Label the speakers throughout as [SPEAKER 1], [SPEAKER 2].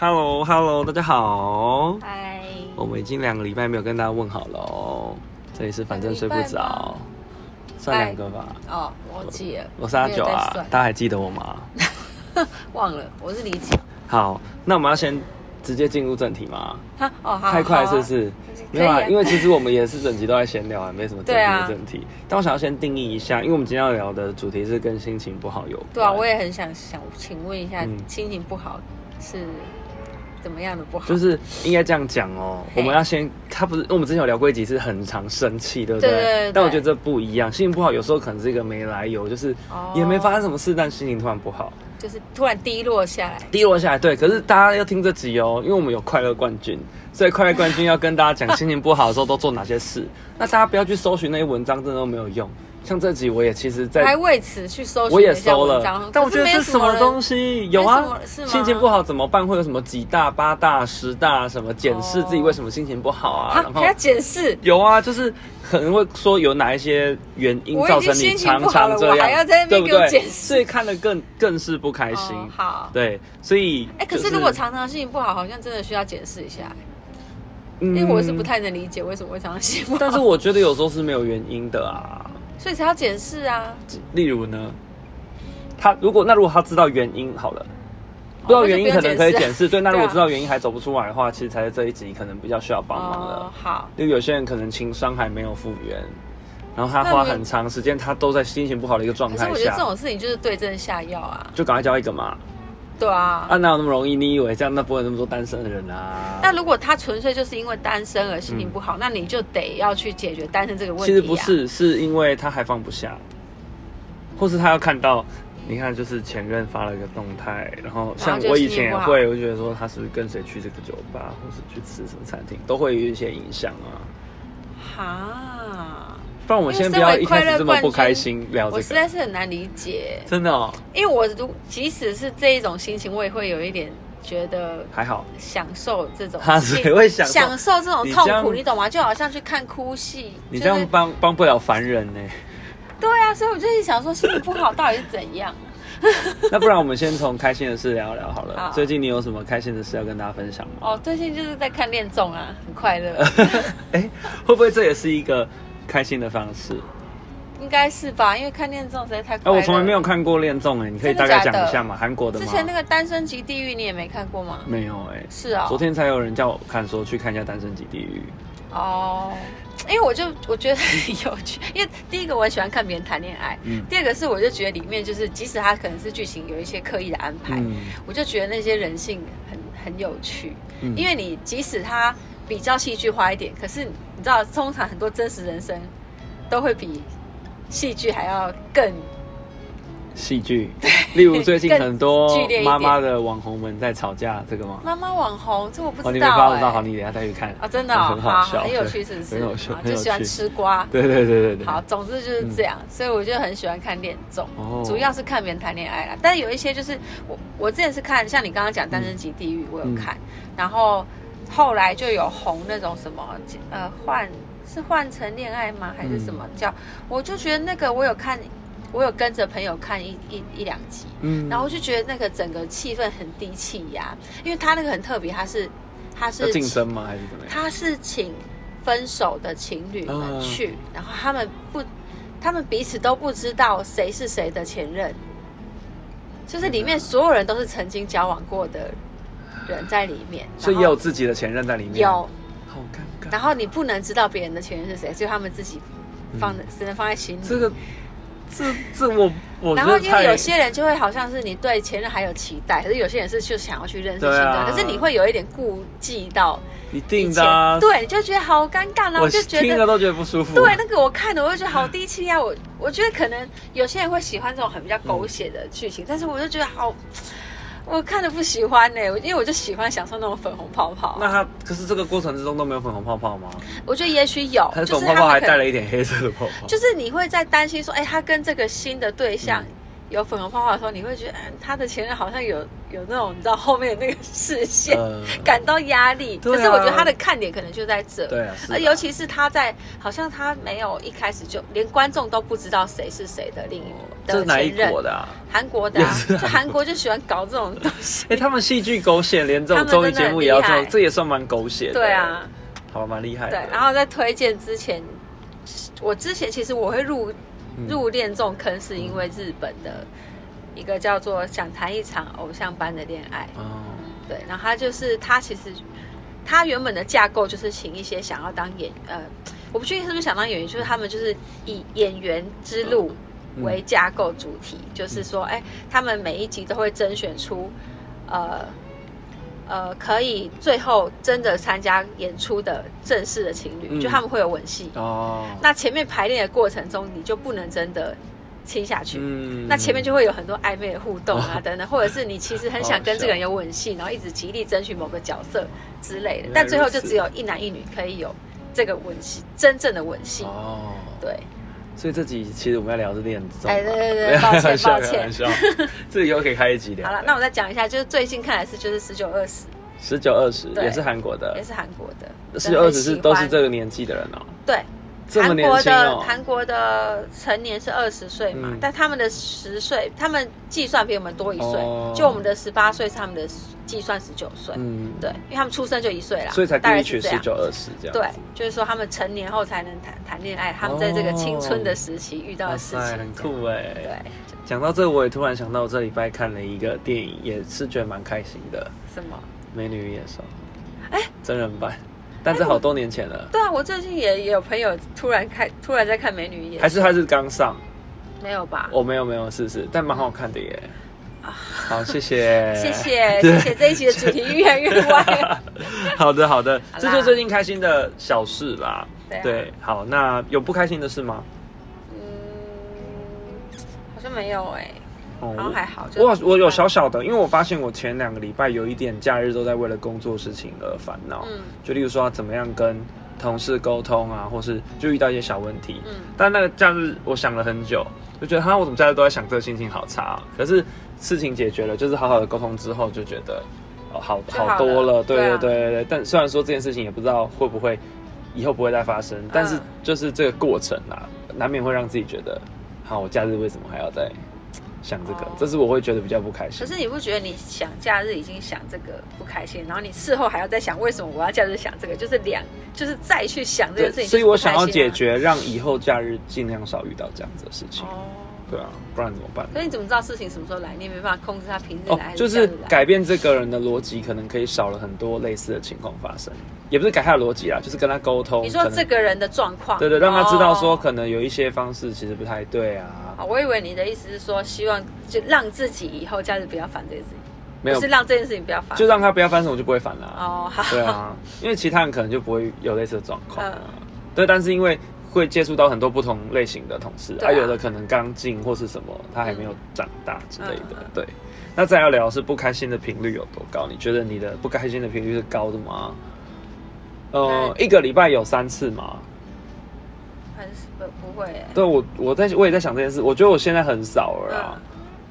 [SPEAKER 1] Hello Hello，大家好，
[SPEAKER 2] 嗨，
[SPEAKER 1] 我们已经两个礼拜没有跟大家问好了哦。这里是反正睡不着，算两个吧。
[SPEAKER 2] 哦，我忘记了，
[SPEAKER 1] 我是阿九啊
[SPEAKER 2] 没有在，
[SPEAKER 1] 大家还记得我吗？
[SPEAKER 2] 算忘了，我是李姐。
[SPEAKER 1] 好，那我们要先直接进入正题吗？
[SPEAKER 2] 哈，哦，好，
[SPEAKER 1] 太快了
[SPEAKER 2] 好
[SPEAKER 1] 是
[SPEAKER 2] 啊
[SPEAKER 1] 不？是？没
[SPEAKER 2] 可以
[SPEAKER 1] 有
[SPEAKER 2] 啊
[SPEAKER 1] 啊，因为其实我们也是整集都在闲聊啊，没什么正
[SPEAKER 2] 对啊
[SPEAKER 1] 题正题。但我想要先定义一下，因为我们今天要聊的主题是跟心情不好有关。
[SPEAKER 2] 对啊，我也很想想，请问一下
[SPEAKER 1] 嗯，
[SPEAKER 2] 心情不好是怎么样的不好？
[SPEAKER 1] 就是应该这样讲哦、我
[SPEAKER 2] 嘿
[SPEAKER 1] 们要先，他不是我们之前有聊过一集是很常生气，对不对？
[SPEAKER 2] 对对对
[SPEAKER 1] 但我觉得这不一样，心情不好有时候可能是一个没来由，就是
[SPEAKER 2] 哦
[SPEAKER 1] 也没发生什么事，但心情突然不好，
[SPEAKER 2] 就是突然低落下来。
[SPEAKER 1] 低落下来。对，可是大家要听这集哦、因为我们有快乐冠军，所以快乐冠军要跟大家讲心情不好的时候都做哪些事。那大家不要去搜寻那些文章，真的都没有用。像这集我也其实在
[SPEAKER 2] 还为此去搜
[SPEAKER 1] 我
[SPEAKER 2] 寻
[SPEAKER 1] 也
[SPEAKER 2] 一下
[SPEAKER 1] 搜
[SPEAKER 2] 文
[SPEAKER 1] 了
[SPEAKER 2] 章，，
[SPEAKER 1] 但我觉得这
[SPEAKER 2] 可是没
[SPEAKER 1] 是
[SPEAKER 2] 什
[SPEAKER 1] 什么
[SPEAKER 2] 人
[SPEAKER 1] 东西？有啊
[SPEAKER 2] 没什么，是吗
[SPEAKER 1] 心情不好怎么办？会有什么几大、八大、十大什么检视
[SPEAKER 2] 哦
[SPEAKER 1] 自己为什么心情不好啊？
[SPEAKER 2] 哈
[SPEAKER 1] 然后
[SPEAKER 2] 还要解释。
[SPEAKER 1] 有啊，就是可能会说有哪一些原因
[SPEAKER 2] 我已
[SPEAKER 1] 造
[SPEAKER 2] 经
[SPEAKER 1] 成你
[SPEAKER 2] 心情
[SPEAKER 1] 常
[SPEAKER 2] 不好
[SPEAKER 1] 常
[SPEAKER 2] 了
[SPEAKER 1] 这
[SPEAKER 2] 我还要
[SPEAKER 1] 样
[SPEAKER 2] 在，那
[SPEAKER 1] 对
[SPEAKER 2] 边
[SPEAKER 1] 不
[SPEAKER 2] 给我
[SPEAKER 1] 对
[SPEAKER 2] 解？释
[SPEAKER 1] 所以看得更更是不开心。
[SPEAKER 2] 哦，好。
[SPEAKER 1] 对，所以
[SPEAKER 2] 哎，可
[SPEAKER 1] 就是
[SPEAKER 2] 如果常常心情不好，好像真的需要解释一下，
[SPEAKER 1] 因
[SPEAKER 2] 因为我是不，太能理解为什么会常常心情不
[SPEAKER 1] 嗯但是
[SPEAKER 2] 好，
[SPEAKER 1] 我觉得有时候是没有原因的啊。
[SPEAKER 2] 所以才要解释啊。
[SPEAKER 1] 例如呢，他如果那如果他知道原因好了，不知道
[SPEAKER 2] 哦那就
[SPEAKER 1] 原因
[SPEAKER 2] 不
[SPEAKER 1] 可
[SPEAKER 2] 用
[SPEAKER 1] 能可以
[SPEAKER 2] 解释
[SPEAKER 1] 解 释。对，那如
[SPEAKER 2] 对
[SPEAKER 1] 果
[SPEAKER 2] 啊
[SPEAKER 1] 知道原因还走不出来的话，其实才是这一集可能比较需要帮忙的
[SPEAKER 2] 哦。，好。
[SPEAKER 1] 因为有些人可能情商还没有复原，然后他
[SPEAKER 2] 那没有
[SPEAKER 1] 花很长时间，他都在心情不好的一个状
[SPEAKER 2] 可是
[SPEAKER 1] 态
[SPEAKER 2] 我觉得这
[SPEAKER 1] 下，
[SPEAKER 2] 种事情就是对症下药啊，
[SPEAKER 1] 就赶快交一个嘛。
[SPEAKER 2] 对啊。
[SPEAKER 1] 啊，哪有那么容易？你以为这样那不会有那么多单身的人啊？
[SPEAKER 2] 那如果他纯粹就是因为单身而心情不好，那你就得要去解决单身这个问题、啊。
[SPEAKER 1] 嗯其实不，是，是因为他还放不下，或是他要看到，你看就是前任发了一个动态，然后像
[SPEAKER 2] 然后就
[SPEAKER 1] 我以
[SPEAKER 2] 心情
[SPEAKER 1] 前也
[SPEAKER 2] 不好
[SPEAKER 1] 会，我就觉得说他是不是跟谁去这个酒吧，或是去吃什么餐厅，都会有一些影响啊。
[SPEAKER 2] 哈，
[SPEAKER 1] 不然我们先不
[SPEAKER 2] 因为
[SPEAKER 1] 要
[SPEAKER 2] 身为
[SPEAKER 1] 一开
[SPEAKER 2] 快
[SPEAKER 1] 始
[SPEAKER 2] 乐
[SPEAKER 1] 这么不
[SPEAKER 2] 冠军
[SPEAKER 1] 开心聊
[SPEAKER 2] 我
[SPEAKER 1] 这
[SPEAKER 2] 实
[SPEAKER 1] 个，
[SPEAKER 2] 在是很难理解，
[SPEAKER 1] 真的哦，
[SPEAKER 2] 因为我如即使是这一种心情，我也会有一点觉得
[SPEAKER 1] 还好。
[SPEAKER 2] 享受这种
[SPEAKER 1] 他
[SPEAKER 2] 幸
[SPEAKER 1] 啊谁会享受
[SPEAKER 2] 享受这种
[SPEAKER 1] 你
[SPEAKER 2] 痛
[SPEAKER 1] 这样
[SPEAKER 2] 苦，你懂吗？就好像去看哭戏，
[SPEAKER 1] 你
[SPEAKER 2] 就
[SPEAKER 1] 这样
[SPEAKER 2] 是
[SPEAKER 1] 帮帮不了凡人 呢、
[SPEAKER 2] 对啊，所以我就是想说心情不好到底是怎样？
[SPEAKER 1] 那不然我们先从开心的事聊聊好了。
[SPEAKER 2] 好
[SPEAKER 1] 最近你有什么开心的事要跟大家分享吗？
[SPEAKER 2] 哦，最近就是在看恋综啊，很快乐，
[SPEAKER 1] 哎、会不会这也是一个开心的方式？
[SPEAKER 2] 应该是吧？因为看恋综实在太
[SPEAKER 1] 哎、
[SPEAKER 2] 快乐。
[SPEAKER 1] 我从来没有看过恋综哎，你可以
[SPEAKER 2] 真
[SPEAKER 1] 大
[SPEAKER 2] 的
[SPEAKER 1] 概
[SPEAKER 2] 假
[SPEAKER 1] 讲
[SPEAKER 2] 的
[SPEAKER 1] 一下吗？韩国的吗？
[SPEAKER 2] 之前那个《单身级地狱》你也没看过吗？
[SPEAKER 1] 没有哎、
[SPEAKER 2] 是啊、
[SPEAKER 1] 昨天才有人叫我看说去看一下《单身级地狱
[SPEAKER 2] 哦，因为我就我觉得很有趣，因为第一个我很喜欢看别人谈恋爱，
[SPEAKER 1] 嗯
[SPEAKER 2] 第二个是我就觉得里面就是即使它可能是剧情有一些刻意的安》。排，
[SPEAKER 1] 嗯，
[SPEAKER 2] 我就觉得那些人性很很有趣，
[SPEAKER 1] 嗯
[SPEAKER 2] 因为你即使它比较戏剧化一点，可是你知道，通常很多真实人生都会比戏剧还要
[SPEAKER 1] 哦
[SPEAKER 2] 更
[SPEAKER 1] 戏剧，例如最近
[SPEAKER 2] 更
[SPEAKER 1] 很多
[SPEAKER 2] 剧烈一点
[SPEAKER 1] 妈妈的网红们在吵架，这个吗？
[SPEAKER 2] 妈妈网红，这我不
[SPEAKER 1] 哦，你没
[SPEAKER 2] 知道、欸，
[SPEAKER 1] 发得到，好，你等一下再去看
[SPEAKER 2] 啊，真的、哦，
[SPEAKER 1] 很好
[SPEAKER 2] 好
[SPEAKER 1] 笑，
[SPEAKER 2] 很有趣，
[SPEAKER 1] 对
[SPEAKER 2] 是不是？
[SPEAKER 1] 很有趣
[SPEAKER 2] 啊，
[SPEAKER 1] 很
[SPEAKER 2] 就
[SPEAKER 1] 有
[SPEAKER 2] 喜欢
[SPEAKER 1] 趣
[SPEAKER 2] 吃瓜。
[SPEAKER 1] 对对对对对。
[SPEAKER 2] 好，，总之就是这样，所以我就很喜欢看恋综，
[SPEAKER 1] 哦
[SPEAKER 2] 主要是看别人谈恋爱啦。但有一些就是我我之前是看，像你刚刚讲《单身级地狱》，我
[SPEAKER 1] 嗯
[SPEAKER 2] 有看，然后后来就有红那种什么呃换是换成恋爱吗？还是什
[SPEAKER 1] 嗯
[SPEAKER 2] 么、叫？我就觉得那个我有看，我有跟着朋友看一一一两集，
[SPEAKER 1] 嗯
[SPEAKER 2] 然后我就觉得那个整个气氛很低气压，因为他那个很特别，他是他
[SPEAKER 1] 要
[SPEAKER 2] 是
[SPEAKER 1] 晋升吗？还是怎么样？
[SPEAKER 2] 他是请分手的情侣们去，
[SPEAKER 1] 嗯
[SPEAKER 2] 然后他们不，他们彼此都不知道谁是谁的前任，就是里
[SPEAKER 1] 啊
[SPEAKER 2] 面所有人都是曾经交往过的人在里面，
[SPEAKER 1] 所以也
[SPEAKER 2] 然
[SPEAKER 1] 有
[SPEAKER 2] 后
[SPEAKER 1] 自己的前任在里面。
[SPEAKER 2] 有，
[SPEAKER 1] 好尴尬。
[SPEAKER 2] 然后你不能知道别人的前任是谁，所以他们自己放的、只能放在心里。
[SPEAKER 1] 嗯这个，这这我我觉
[SPEAKER 2] 然后
[SPEAKER 1] 得
[SPEAKER 2] 因为
[SPEAKER 1] 太
[SPEAKER 2] 有些人就会好像是你对前任还有期待，可是有些人是就想要去认识新
[SPEAKER 1] 对
[SPEAKER 2] 的，
[SPEAKER 1] 啊
[SPEAKER 2] 可是你会有一点顾忌到
[SPEAKER 1] 一
[SPEAKER 2] 以
[SPEAKER 1] 定
[SPEAKER 2] 前，
[SPEAKER 1] 的啊，
[SPEAKER 2] 对，你就觉得好尴尬，然后
[SPEAKER 1] 我
[SPEAKER 2] 就觉得
[SPEAKER 1] 听了都觉得不舒服。
[SPEAKER 2] 对，那个我看了，我就觉得好低气压。我我觉得可能有些人会喜欢这种很比较狗血的剧情，但是我就觉得好，我看了不喜欢呢、欸我因为我就喜欢享受那种粉红泡泡。啊
[SPEAKER 1] 那他可是这个过程之中都没有粉红泡泡吗？
[SPEAKER 2] 我觉得也许有，
[SPEAKER 1] 他的
[SPEAKER 2] 哦就
[SPEAKER 1] 粉
[SPEAKER 2] 是
[SPEAKER 1] 红泡
[SPEAKER 2] 他
[SPEAKER 1] 泡还
[SPEAKER 2] 们可
[SPEAKER 1] 带
[SPEAKER 2] 能
[SPEAKER 1] 了一点黑色的泡泡。嗯
[SPEAKER 2] 就是你会在担心说，哎、他跟这个新的对象有粉红泡泡的时候，你会觉得嗯他的前任好像有有那种你知道后面的那个视线，
[SPEAKER 1] 呃，
[SPEAKER 2] 感到压力。
[SPEAKER 1] 对啊
[SPEAKER 2] 可是我觉得他的看点可能就在这。
[SPEAKER 1] 对啊，是
[SPEAKER 2] 呃，
[SPEAKER 1] 啊
[SPEAKER 2] 尤其是他在，好像他没有一开始就连观众都不知道谁是谁的另一
[SPEAKER 1] 这
[SPEAKER 2] 的
[SPEAKER 1] 是哪一
[SPEAKER 2] 前任
[SPEAKER 1] 国，的啊？
[SPEAKER 2] 韩国的、啊
[SPEAKER 1] 也，是韩
[SPEAKER 2] 就
[SPEAKER 1] 国
[SPEAKER 2] 韩国就喜欢搞这种东 西。
[SPEAKER 1] 哎，他们戏剧狗血，连这种
[SPEAKER 2] 他们
[SPEAKER 1] 综艺
[SPEAKER 2] 真的
[SPEAKER 1] 节目也要
[SPEAKER 2] 很厉害
[SPEAKER 1] 做，这也算蛮狗血的。
[SPEAKER 2] 对，啊，
[SPEAKER 1] 好，蛮厉害
[SPEAKER 2] 对
[SPEAKER 1] 的。。
[SPEAKER 2] 然后在推荐之前，我之前其实我会入
[SPEAKER 1] 嗯
[SPEAKER 2] 入恋这种坑，是因为日本的一个叫做《想谈一场偶像般的恋爱》。
[SPEAKER 1] 哦，
[SPEAKER 2] 对，然后他就是他其实他原本的架构就是请一些想要当演呃，我不确定是不是想当演员，就是他们就是以演员之路
[SPEAKER 1] 嗯
[SPEAKER 2] 为架构主题，就是说，哎，他们每一集都会甄选出呃。呃，可以最后真的参加演出的正式的情侣，
[SPEAKER 1] 嗯
[SPEAKER 2] 就他们会有吻戏。
[SPEAKER 1] 哦，
[SPEAKER 2] 那前面排练的过程中，你就不能真的亲下去。
[SPEAKER 1] 嗯
[SPEAKER 2] 那前面就会有很多暧昧的互动啊
[SPEAKER 1] 哦
[SPEAKER 2] 等等，或者是你其实很想跟这个人有吻戏，然后一直极力争取某个角色之类
[SPEAKER 1] 原，
[SPEAKER 2] 的
[SPEAKER 1] 来
[SPEAKER 2] 但最后就
[SPEAKER 1] 如此
[SPEAKER 2] 只有一男一女可以有这个吻戏，真正的吻戏。
[SPEAKER 1] 哦，
[SPEAKER 2] 对，
[SPEAKER 1] 所以这集其实我们要聊的恋综嘛。啊
[SPEAKER 2] 哎对对对抱歉
[SPEAKER 1] 开玩笑
[SPEAKER 2] 抱歉
[SPEAKER 1] 开玩笑， 这以后可以开一集聊。
[SPEAKER 2] 好了，那我再讲一下，就是最近看的是就是十九二十，
[SPEAKER 1] 十九二十
[SPEAKER 2] 对
[SPEAKER 1] 也是韩国的
[SPEAKER 2] 也，是韩国的，
[SPEAKER 1] 十九二十
[SPEAKER 2] 很
[SPEAKER 1] 是
[SPEAKER 2] 喜欢
[SPEAKER 1] 都是这个年纪的人哦，
[SPEAKER 2] 对。
[SPEAKER 1] 这么
[SPEAKER 2] 韩
[SPEAKER 1] 年
[SPEAKER 2] 国
[SPEAKER 1] 轻
[SPEAKER 2] 的
[SPEAKER 1] 哦。
[SPEAKER 2] 韩国的成年是二十岁嘛，
[SPEAKER 1] 嗯
[SPEAKER 2] 但他们的十岁，他们计算比我们多一岁，
[SPEAKER 1] 哦
[SPEAKER 2] 就我们的十八岁是他们的计算十九岁，
[SPEAKER 1] 嗯，
[SPEAKER 2] 对，因为他们出生就一岁啦，
[SPEAKER 1] 所以才故
[SPEAKER 2] 大概
[SPEAKER 1] 意取
[SPEAKER 2] 是这
[SPEAKER 1] 十
[SPEAKER 2] 样。
[SPEAKER 1] 九二十这样。
[SPEAKER 2] 对，，就是说他们成年后才能谈谈恋爱，他们在这个青春的时期遇到
[SPEAKER 1] 哇
[SPEAKER 2] 的事
[SPEAKER 1] 塞，
[SPEAKER 2] 情。
[SPEAKER 1] 哦很酷哎。
[SPEAKER 2] 对，
[SPEAKER 1] 讲到这，我也突然想到，我这礼拜看了一个电影，也是觉得蛮开心的，
[SPEAKER 2] 什么？
[SPEAKER 1] 《美女与野兽》
[SPEAKER 2] 哎
[SPEAKER 1] 真人版，但这好多年前了，
[SPEAKER 2] 对啊，我最近也也有朋友突然看，突然在看《美女与野兽》，
[SPEAKER 1] 还是哦它是刚上。
[SPEAKER 2] 没有吧？
[SPEAKER 1] 我没有没有，是是，但蛮好看的耶。好，谢谢，
[SPEAKER 2] 啊 谢谢谢谢，这一集的主题越来越歪。
[SPEAKER 1] 好的好的，
[SPEAKER 2] 好啦
[SPEAKER 1] 这就是最近开心的小事啦。
[SPEAKER 2] 对 啊
[SPEAKER 1] 对，好，那有不开心的事吗？
[SPEAKER 2] 嗯，好像没有哎，
[SPEAKER 1] 哦
[SPEAKER 2] 好像还好。就嗯
[SPEAKER 1] 我我有小小的，因为我发现我前两个礼拜有一点假日都在为了工作事情而烦恼，
[SPEAKER 2] 嗯
[SPEAKER 1] 就例如说要怎么样跟同事沟通啊，或是就遇到一些小问题，
[SPEAKER 2] 嗯
[SPEAKER 1] 但那个假日我想了很久，就觉得哈，我怎么假日都在想这个心情好差、哦。可是事情解决了，就是好好的沟通之后，就觉得哦好
[SPEAKER 2] 就好了
[SPEAKER 1] 多了。对
[SPEAKER 2] 对
[SPEAKER 1] 对
[SPEAKER 2] 啊
[SPEAKER 1] 对对对。但虽然说这件事情也不知道会不会以后不会再发生，但
[SPEAKER 2] 嗯
[SPEAKER 1] 是就是这个过程啊，难免会让自己觉得，好，我假日为什么还要再想这个？
[SPEAKER 2] 哦
[SPEAKER 1] 这是我会觉得比较不开
[SPEAKER 2] 可
[SPEAKER 1] 心。
[SPEAKER 2] 是你不觉得你想假日已经想这个不开心，然后你事后还要再想为什么我要假日想这个，就是两就是再去想这
[SPEAKER 1] 对
[SPEAKER 2] 个事情，
[SPEAKER 1] 所以我想要解
[SPEAKER 2] 决。
[SPEAKER 1] 决，让以后假日尽量少遇到这样子的事情。
[SPEAKER 2] 哦，
[SPEAKER 1] 对啊，不然怎么办？
[SPEAKER 2] 可是你怎么知道事情什么时候来？你也没办法控制他平日
[SPEAKER 1] 哦
[SPEAKER 2] 来、还，
[SPEAKER 1] 就是是
[SPEAKER 2] 假日来
[SPEAKER 1] 改变这个人的逻辑，可能可以少了很多类似的情况发生，也不是改他的逻辑啦，啊就是跟他沟通。
[SPEAKER 2] 你说
[SPEAKER 1] 可能
[SPEAKER 2] 这个人的状况，
[SPEAKER 1] 对对，让他知道说
[SPEAKER 2] 哦
[SPEAKER 1] 可能有一些方式其实不太对啊，
[SPEAKER 2] 哦我以为你的意思是说，希望就让自己以后假日不要烦这件事情，
[SPEAKER 1] 没有
[SPEAKER 2] 不是，让这件事情不要烦。
[SPEAKER 1] 就让他不要翻手，我就不会烦啦、
[SPEAKER 2] 哦，好，
[SPEAKER 1] 对啊，因为其他人可能就不会有类似的状况、
[SPEAKER 2] 嗯
[SPEAKER 1] 对，但是因为会接触到很多不同类型的同事，
[SPEAKER 2] 对
[SPEAKER 1] 而
[SPEAKER 2] 啊
[SPEAKER 1] 有的可能刚进或是什么，他还没有长大之类的。
[SPEAKER 2] 嗯嗯
[SPEAKER 1] 对，那再要聊是不开心的频率有多高？你觉得你的不开心的频率是高的吗？呃，一个礼拜有三次吗？
[SPEAKER 2] 很不不会耶，
[SPEAKER 1] 对我，我在我也在想这件事。我觉得我现在很少了啊，
[SPEAKER 2] 嗯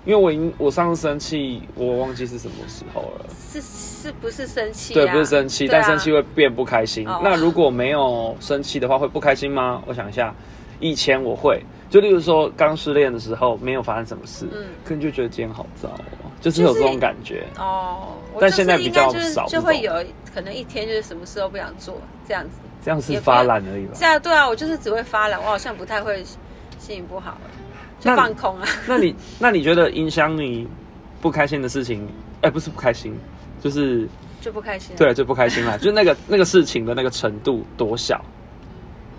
[SPEAKER 1] 因为我已经我上次生气，我忘记是什么时候了。
[SPEAKER 2] 是是不是生气、啊？
[SPEAKER 1] 对，不是生气，
[SPEAKER 2] 对啊
[SPEAKER 1] 但生气会变不开心。
[SPEAKER 2] 哦
[SPEAKER 1] 那如果没有生气的话，会不开心吗？我想一下，以前我会，就例如说刚失恋的时候，没有发生什么事，
[SPEAKER 2] 嗯
[SPEAKER 1] 可能就觉得今天好糟、哦，就是有这种感觉。
[SPEAKER 2] 哦。我
[SPEAKER 1] 但
[SPEAKER 2] 就是
[SPEAKER 1] 现在比
[SPEAKER 2] 应该
[SPEAKER 1] 较
[SPEAKER 2] 就是
[SPEAKER 1] 少
[SPEAKER 2] 就
[SPEAKER 1] 这
[SPEAKER 2] 会
[SPEAKER 1] 种
[SPEAKER 2] 有可能一天就是什么事都不想做这样子。
[SPEAKER 1] 这样是发懒而已吧
[SPEAKER 2] 这？样对啊，我就是只会发懒，我好像不太会心情不好了，就
[SPEAKER 1] 那
[SPEAKER 2] 放空啊。
[SPEAKER 1] 那你那你觉得影响你不开心的事情？哎、不是不开心，就是
[SPEAKER 2] 就不开心、啊。
[SPEAKER 1] 对，就不开心啦，就是那个那个事情的那个程度多小，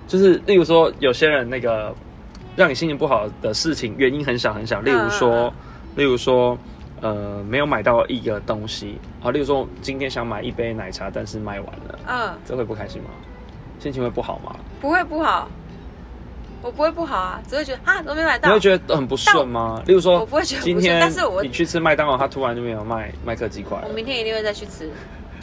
[SPEAKER 1] 就是例如说有些人那个让你心情不好的事情原因很小很小，例如
[SPEAKER 2] 嗯嗯
[SPEAKER 1] 说
[SPEAKER 2] 嗯，
[SPEAKER 1] 例如说。呃，没有买到一个东西啊，例如说今天想买一杯奶茶，但是卖完了，
[SPEAKER 2] 嗯，
[SPEAKER 1] 这会不开心吗？心情会不好吗？
[SPEAKER 2] 不会不好，我不会不好啊，只会觉得啊都没买
[SPEAKER 1] 你
[SPEAKER 2] 到。
[SPEAKER 1] 会觉得很不顺吗？例如
[SPEAKER 2] 我
[SPEAKER 1] 说
[SPEAKER 2] 不会觉得不顺
[SPEAKER 1] 今天
[SPEAKER 2] 但是我
[SPEAKER 1] 你去吃麦当劳，他突然就没有卖麦克鸡块了
[SPEAKER 2] 我，明天一定会再去吃，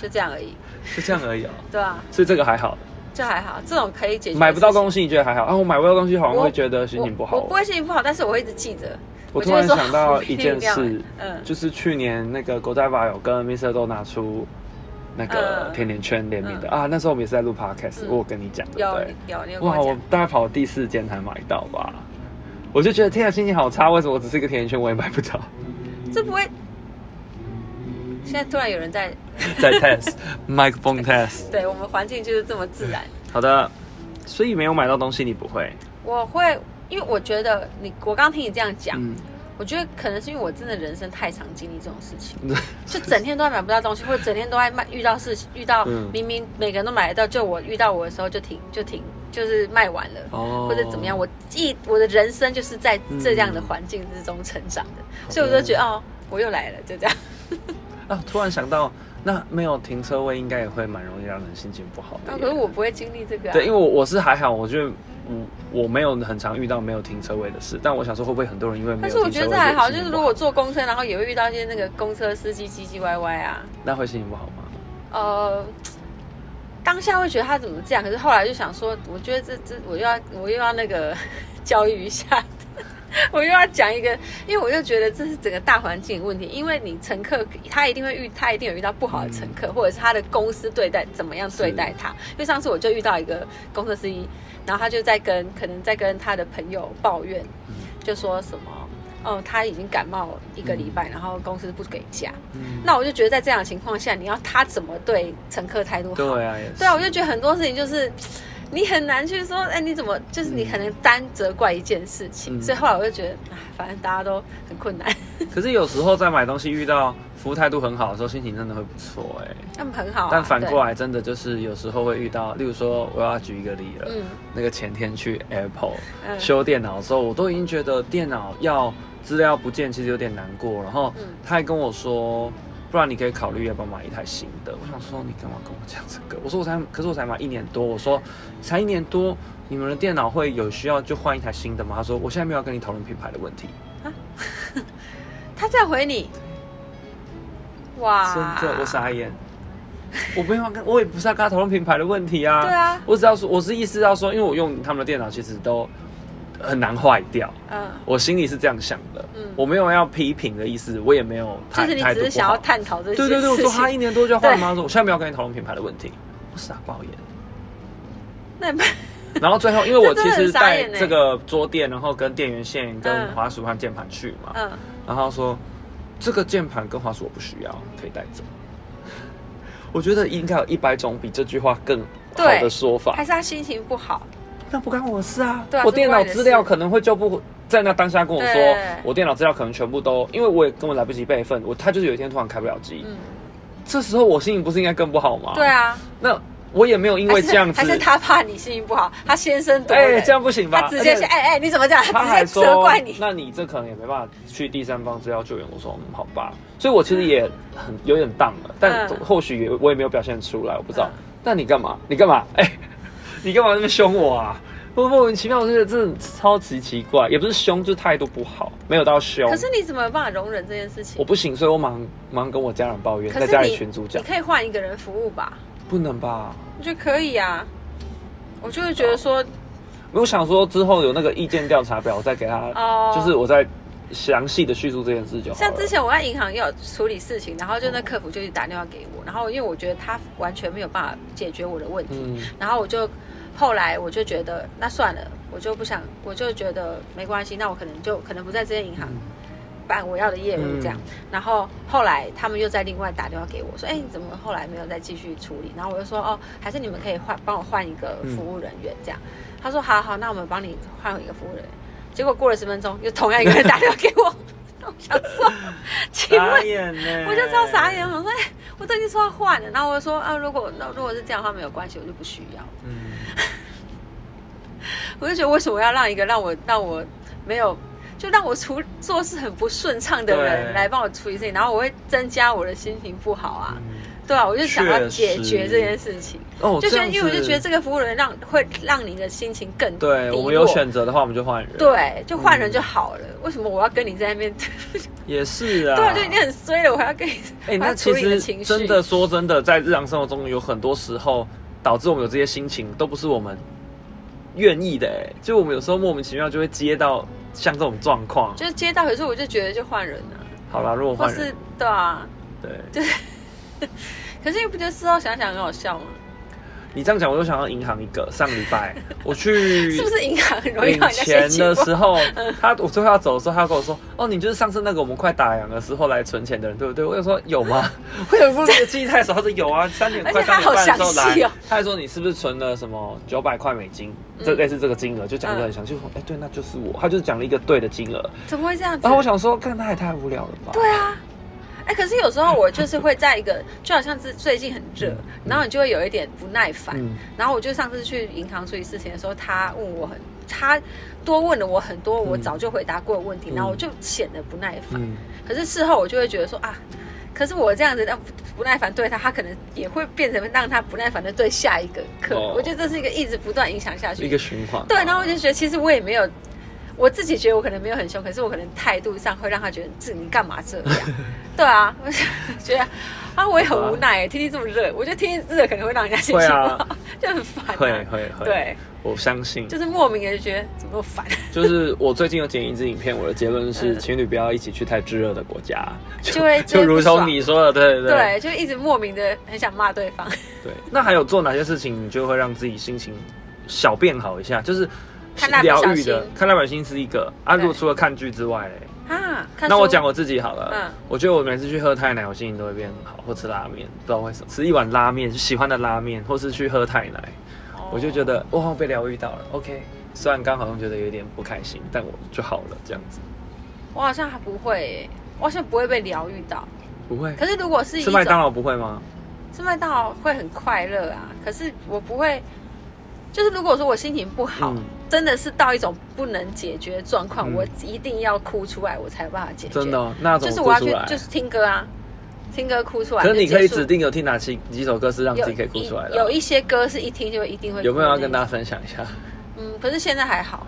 [SPEAKER 2] 就这样而已。
[SPEAKER 1] 就这样而已哦。
[SPEAKER 2] 对啊，
[SPEAKER 1] 所以这个还好，
[SPEAKER 2] 这还好，这种可以解决。
[SPEAKER 1] 买不到
[SPEAKER 2] 西，
[SPEAKER 1] 东西你觉得还好啊？我买不到东西好像
[SPEAKER 2] 我
[SPEAKER 1] 会觉得心情不好
[SPEAKER 2] 我
[SPEAKER 1] 哦。
[SPEAKER 2] 我不会心情不好，但是我会一直记着，
[SPEAKER 1] 我
[SPEAKER 2] 我
[SPEAKER 1] 突
[SPEAKER 2] 就会
[SPEAKER 1] 然
[SPEAKER 2] 说
[SPEAKER 1] 想到
[SPEAKER 2] 我
[SPEAKER 1] 一
[SPEAKER 2] 一定
[SPEAKER 1] 件
[SPEAKER 2] 要
[SPEAKER 1] 事，
[SPEAKER 2] 嗯
[SPEAKER 1] 就是去年那个 Godiva 有跟 Mr. Do 拿出那个
[SPEAKER 2] 嗯
[SPEAKER 1] 甜甜圈联名的、啊，那时候我们也是在录 podcast，、
[SPEAKER 2] 嗯
[SPEAKER 1] 我有跟你讲对不
[SPEAKER 2] 有
[SPEAKER 1] 对？
[SPEAKER 2] 有你有跟
[SPEAKER 1] 哇，
[SPEAKER 2] 我
[SPEAKER 1] 我
[SPEAKER 2] 讲，
[SPEAKER 1] 大概跑第四间才买到吧，我就觉得天啊，心情好差，为什么我只是一个甜甜圈我也买不 到？
[SPEAKER 2] 这不会。现在突然有人在，
[SPEAKER 1] 在 test microphone test，
[SPEAKER 2] 对我们环境就是这么自然。
[SPEAKER 1] 好的，所以没有买到东西你不会，
[SPEAKER 2] 我会，因为我觉得你，我刚听你这样讲，
[SPEAKER 1] 嗯，
[SPEAKER 2] 我觉得可能是因为我真的人生太常经历这种事情，
[SPEAKER 1] 嗯
[SPEAKER 2] 就整天都在买不到东西，或者整天都在卖遇到事情，遇到
[SPEAKER 1] 嗯
[SPEAKER 2] 明明每个人都买得到，就我遇到我的时候就停就停，就是卖完了。
[SPEAKER 1] 哦
[SPEAKER 2] 或者怎么样，我一我的人生就是在这样的环境之中成长的，
[SPEAKER 1] 嗯
[SPEAKER 2] 所以我就觉得哦，我又来了，就这样。
[SPEAKER 1] 啊，突然想到，那没有停车位应该也会蛮容易让人心情不好的
[SPEAKER 2] 啊
[SPEAKER 1] 耶。
[SPEAKER 2] 可是我不会经历这个、啊，
[SPEAKER 1] 对，因为我我是还好，我觉得我我没有很常遇到没有停车位的事，但我想说会不会很多人因为没
[SPEAKER 2] 但
[SPEAKER 1] 有
[SPEAKER 2] 是我
[SPEAKER 1] 停
[SPEAKER 2] 觉
[SPEAKER 1] 车
[SPEAKER 2] 得
[SPEAKER 1] 位
[SPEAKER 2] 这还好，
[SPEAKER 1] 心
[SPEAKER 2] 就是
[SPEAKER 1] 情
[SPEAKER 2] 如
[SPEAKER 1] 不
[SPEAKER 2] 果坐公车，然后也会遇到一些那个公车司机唧唧歪歪啊，
[SPEAKER 1] 那会心情不好吗？
[SPEAKER 2] 呃，当下会觉得他怎么这样，可是后来就想说，我觉得这这我又要我又要那个 教育一下，我又要讲一个，因为我就觉得这是整个大环境的问题，因为你乘客他一定会遇，他一定有遇到不好的乘客，或者是他的公司对待怎么样对待他。因为上次我就遇到一个公司司机，然后他就在跟可能在跟他的朋友抱怨，
[SPEAKER 1] 嗯
[SPEAKER 2] 就说什么。哦，他已经感冒一个礼拜，然后公司不给假，
[SPEAKER 1] 嗯，
[SPEAKER 2] 那我就觉得在这样的情况下，你要他怎么对乘客态度好？
[SPEAKER 1] 对啊，也是
[SPEAKER 2] 对啊，我就觉得很多事情就是你很难去说，哎，你怎么就是你
[SPEAKER 1] 嗯
[SPEAKER 2] 可能单责怪一件事情，
[SPEAKER 1] 嗯
[SPEAKER 2] 所以后来我就觉得，哎，反正大家都很困难，
[SPEAKER 1] 可是有时候在买东西遇到服务态度很好的时候，心情真的会不错哎、
[SPEAKER 2] 他们很好、啊。
[SPEAKER 1] 但反过
[SPEAKER 2] 来，
[SPEAKER 1] 来，真的就是有时候会遇到，例如说，我要举一个例了，
[SPEAKER 2] 嗯
[SPEAKER 1] 那个前天去 Apple
[SPEAKER 2] 嗯
[SPEAKER 1] 修电脑的时候，我都已经觉得电脑要资料不见，其实有点难过。然后
[SPEAKER 2] 嗯
[SPEAKER 1] 他还跟我说，不然你可以考虑要不要买一台新的。我想说，你干嘛跟我讲这个？我说我才，可是我才买一年多。我说才一年多，你们的电脑会有需要就换一台新的吗？他说我现在没有要跟你讨论品牌的问题，
[SPEAKER 2] 啊他这样回你，哇，
[SPEAKER 1] 真的我傻眼。我没有要跟，我也不是要跟他讨论品牌的问题啊。
[SPEAKER 2] 对啊
[SPEAKER 1] 我只要说，我是意识到说，因为我用他们的电脑其实都很难坏掉。
[SPEAKER 2] 嗯，
[SPEAKER 1] 我心里是这样想的，
[SPEAKER 2] 嗯
[SPEAKER 1] 我没有要批评的意思，我也没有
[SPEAKER 2] 就
[SPEAKER 1] 态
[SPEAKER 2] 是你
[SPEAKER 1] 态
[SPEAKER 2] 只
[SPEAKER 1] 度
[SPEAKER 2] 是
[SPEAKER 1] 不
[SPEAKER 2] 想要
[SPEAKER 1] 好。
[SPEAKER 2] 探讨这些
[SPEAKER 1] 对对对，我
[SPEAKER 2] 事
[SPEAKER 1] 说他一
[SPEAKER 2] 情，
[SPEAKER 1] 年多就要换
[SPEAKER 2] 对
[SPEAKER 1] 吗？说我现在没有跟你讨论品牌的问题，我傻爆 眼。
[SPEAKER 2] 那 你
[SPEAKER 1] 然后最后，因为我其
[SPEAKER 2] 这真的很
[SPEAKER 1] 实
[SPEAKER 2] 傻
[SPEAKER 1] 带
[SPEAKER 2] 眼欸
[SPEAKER 1] 这个桌垫，然后跟电源线、跟
[SPEAKER 2] 嗯，
[SPEAKER 1] 滑鼠和键盘去嘛
[SPEAKER 2] 嗯，
[SPEAKER 1] 然后他说这个键盘跟滑鼠我不需要，可以带走。 我觉得应该有一百种比这句话更好
[SPEAKER 2] 对
[SPEAKER 1] 的说法
[SPEAKER 2] 还。是他心情不好，
[SPEAKER 1] 那不干我的事啊，
[SPEAKER 2] 对啊
[SPEAKER 1] 我
[SPEAKER 2] 这
[SPEAKER 1] 电
[SPEAKER 2] 不关
[SPEAKER 1] 脑
[SPEAKER 2] 你的
[SPEAKER 1] 资料
[SPEAKER 2] 事
[SPEAKER 1] 可能会就不在那当下跟我说
[SPEAKER 2] 对，
[SPEAKER 1] 我电脑资料可能全部都，因为我也根本来不及备份，我他就是有一天突然开不了机，
[SPEAKER 2] 嗯，
[SPEAKER 1] 这时候我心情不是应该更不好吗？
[SPEAKER 2] 对，啊，
[SPEAKER 1] 那我也没有因为这样子
[SPEAKER 2] 还，是还是他怕你心情不好，他先声夺
[SPEAKER 1] 哎、
[SPEAKER 2] 人，
[SPEAKER 1] 这样不行吧？
[SPEAKER 2] 他直接
[SPEAKER 1] 而且
[SPEAKER 2] 是哎哎，你怎么这样？
[SPEAKER 1] 他
[SPEAKER 2] 他
[SPEAKER 1] 还
[SPEAKER 2] 直接责
[SPEAKER 1] 说
[SPEAKER 2] 怪你，。
[SPEAKER 1] 那你这可能也没办法去第三方资料救援。我说，嗯，好吧。所以我其实也很有点荡了，但
[SPEAKER 2] 嗯
[SPEAKER 1] 或许也我也没有表现出来，我不知道
[SPEAKER 2] 嗯。
[SPEAKER 1] 但你干嘛？你干嘛？哎、你干嘛那么凶我啊？我莫名其妙，我觉得真的超级奇怪，也不是凶，就是态度不好，没有到凶
[SPEAKER 2] 可。是你怎么有办法容忍这件事
[SPEAKER 1] 我
[SPEAKER 2] 情？
[SPEAKER 1] 不行，所以我忙忙跟我家人抱怨，
[SPEAKER 2] 可
[SPEAKER 1] 在
[SPEAKER 2] 是
[SPEAKER 1] 家里
[SPEAKER 2] 你
[SPEAKER 1] 群主
[SPEAKER 2] 你
[SPEAKER 1] 讲，
[SPEAKER 2] 可以换一个人服务吧？
[SPEAKER 1] 不能吧？
[SPEAKER 2] 我觉得可以啊。我就会觉得说，
[SPEAKER 1] 我想说之后有那个意见调查表，我再给他，
[SPEAKER 2] 哦
[SPEAKER 1] 就是我再详细的叙述这件事就好了。
[SPEAKER 2] 像之前我在银行也有处理事情，然后就那客服就一直打电话给我，然后因为我觉得他完全没有办法解决我的问题，
[SPEAKER 1] 嗯，
[SPEAKER 2] 然后我就后来我就觉得那算了，我就不想，我就觉得没关系，那我可能就可能不在这间银行
[SPEAKER 1] 嗯
[SPEAKER 2] 办我要的业务这样。然后后来他们又再另外打电话给我说，哎，你怎么后来没有再继续处理？然后我就说，哦，还是你们可以换帮我换一个服务人员这样。他说，好好，那我们帮你换一个服务人员。结果过了十分钟，又同样一个人打电话给我， 我想说，请问
[SPEAKER 1] 傻眼呢，
[SPEAKER 2] 我就知道傻眼，我说、哎，我都已经说要换了，然后我就说啊，如果那如果是这样的话没有关系，我就不需要。
[SPEAKER 1] 嗯。
[SPEAKER 2] 我就觉得为什么要让一个让我让我没有就让我处做事很不顺畅的
[SPEAKER 1] 对
[SPEAKER 2] 人来帮我处理事情，然后我会增加我的心情不好啊。
[SPEAKER 1] 嗯
[SPEAKER 2] 对啊，我就想要
[SPEAKER 1] 确
[SPEAKER 2] 解决
[SPEAKER 1] 实
[SPEAKER 2] 这件事情，
[SPEAKER 1] 哦，这
[SPEAKER 2] 就觉
[SPEAKER 1] 样
[SPEAKER 2] 得
[SPEAKER 1] 子
[SPEAKER 2] 因为我就觉得这个服务人让会让你的心情更
[SPEAKER 1] 对
[SPEAKER 2] 低
[SPEAKER 1] 我们有
[SPEAKER 2] 落
[SPEAKER 1] 选择的话，我们就换人。，
[SPEAKER 2] 对，就换人
[SPEAKER 1] 嗯
[SPEAKER 2] 就好了。为什么我要跟你在那边？
[SPEAKER 1] 也是啊。
[SPEAKER 2] 对啊，就已经很衰了，我还要跟你
[SPEAKER 1] 哎，
[SPEAKER 2] 我还
[SPEAKER 1] 那
[SPEAKER 2] 要
[SPEAKER 1] 其
[SPEAKER 2] 处理你的
[SPEAKER 1] 实
[SPEAKER 2] 情绪
[SPEAKER 1] 真的说真的，在日常生活中有很多时候导致我们有这些心情，都不是我们愿意的哎、就我们有时候莫名其妙就会接到像这种状况。
[SPEAKER 2] 就是接到，可是我就觉得就换人了、啊
[SPEAKER 1] 好啦，如果
[SPEAKER 2] 或
[SPEAKER 1] 换
[SPEAKER 2] 是
[SPEAKER 1] 人，
[SPEAKER 2] 对啊，
[SPEAKER 1] 对
[SPEAKER 2] 可是你不觉得事后想想很好笑吗？
[SPEAKER 1] 你这样讲，我就想到银行一个。上礼 拜我去
[SPEAKER 2] 是不是银行很容易
[SPEAKER 1] 领
[SPEAKER 2] 让人家
[SPEAKER 1] 钱
[SPEAKER 2] 先
[SPEAKER 1] 的
[SPEAKER 2] 期
[SPEAKER 1] 时候，
[SPEAKER 2] 嗯
[SPEAKER 1] 他我最后要走的时候，他跟我说：“哦，你就是上次那个我们快打烊的时候来存钱的人，对不对？”我就说：“有 吗？”我有不是记忆太少，他说：“有啊，三点
[SPEAKER 2] 而且
[SPEAKER 1] 快三
[SPEAKER 2] 他
[SPEAKER 1] 点
[SPEAKER 2] 好
[SPEAKER 1] 半的时候
[SPEAKER 2] 详细
[SPEAKER 1] 来
[SPEAKER 2] 哦。”
[SPEAKER 1] 他还说：“你是不是存了什么九百块美金？”这
[SPEAKER 2] 嗯
[SPEAKER 1] 类似这个金额，就讲的很详细。我说：“哎，对，那就是我。”他就是讲了一个对的金额。
[SPEAKER 2] 怎么会这样子？
[SPEAKER 1] 然后我想说，看他也太无聊了吧？
[SPEAKER 2] 对啊，哎、可是有时候我就是会在一个，就好像是最近很热，
[SPEAKER 1] 嗯
[SPEAKER 2] 然后你就会有一点不耐烦。
[SPEAKER 1] 嗯，
[SPEAKER 2] 然后我就上次去银行处理事情的时候，他问我很，他多问了我很多我早就回答过的问题，
[SPEAKER 1] 嗯
[SPEAKER 2] 然后我就显得不耐烦。
[SPEAKER 1] 嗯
[SPEAKER 2] 可是事后我就会觉得说啊，可是我这样子让不不耐烦对他，他可能也会变成让他不耐烦的对下一个客人。
[SPEAKER 1] 哦
[SPEAKER 2] 我觉得这是一个一直不断影响下去
[SPEAKER 1] 一
[SPEAKER 2] 的
[SPEAKER 1] 个循环。
[SPEAKER 2] 对，然后我就觉得其实我也没有，我自己觉得我可能没有很凶，可是我可能态度上会让他觉得这你干嘛这 样？对啊，我就觉得啊我也很无奈，天气这么热，我觉得天气热可能会让人家心
[SPEAKER 1] 会
[SPEAKER 2] 情不
[SPEAKER 1] 啊
[SPEAKER 2] 好， 就很烦、啊。
[SPEAKER 1] 会会会，，
[SPEAKER 2] 对，
[SPEAKER 1] 我相信。
[SPEAKER 2] 就是莫名的就觉得怎么那么烦，
[SPEAKER 1] 就是我最近有剪一支影片，我的结论是，
[SPEAKER 2] 嗯
[SPEAKER 1] 情侣不要一起去太炙热的国家，
[SPEAKER 2] 就会
[SPEAKER 1] 就 如同你说的，对对啊对
[SPEAKER 2] 对，就一直莫名的很想骂对方，
[SPEAKER 1] 对那还有做哪些事情，你就会让自己心情小变好一下？就是
[SPEAKER 2] 看蜡笔
[SPEAKER 1] 疗
[SPEAKER 2] 小
[SPEAKER 1] 愈
[SPEAKER 2] 新
[SPEAKER 1] 的，看蜡笔小新是一个啊。
[SPEAKER 2] 对
[SPEAKER 1] 如果除了看剧之外嘞，
[SPEAKER 2] 啊。看
[SPEAKER 1] 那
[SPEAKER 2] 书
[SPEAKER 1] 我讲我自己好了。
[SPEAKER 2] 嗯
[SPEAKER 1] 我觉得我每次去喝太奶，我心情都会变很好，或吃拉面，不知道为什么，吃一碗拉面，喜欢的拉面，或是去喝太奶，
[SPEAKER 2] 哦
[SPEAKER 1] 我就觉得哇，被疗愈到了。OK，虽然刚好像觉得有点不开心，但我就好了，这样子
[SPEAKER 2] 我好像还不会耶，我好像不会被疗愈到。
[SPEAKER 1] 不会。
[SPEAKER 2] 可是如果是一
[SPEAKER 1] 吃麦
[SPEAKER 2] 种
[SPEAKER 1] 当劳不会吗？
[SPEAKER 2] 吃麦当劳会很快乐啊，可是我不会，就是如果说我心情不好，
[SPEAKER 1] 嗯
[SPEAKER 2] 真的是到一种不能解决的状况，
[SPEAKER 1] 嗯
[SPEAKER 2] 我一定要哭出来，我才有办法解决。
[SPEAKER 1] 真的、哦，那怎么
[SPEAKER 2] 就是
[SPEAKER 1] 哭
[SPEAKER 2] 我要
[SPEAKER 1] 出
[SPEAKER 2] 去
[SPEAKER 1] 来？
[SPEAKER 2] 就是听歌啊，听歌哭出来。
[SPEAKER 1] 可是你
[SPEAKER 2] 就结
[SPEAKER 1] 可以
[SPEAKER 2] 束
[SPEAKER 1] 指定有听哪几几首歌是让自己可以哭出来的啊、
[SPEAKER 2] 有一有一些歌是一听就一定会哭
[SPEAKER 1] 有没有要
[SPEAKER 2] 那
[SPEAKER 1] 跟
[SPEAKER 2] 种
[SPEAKER 1] 大家？分享一下？
[SPEAKER 2] 嗯，可是现在还好。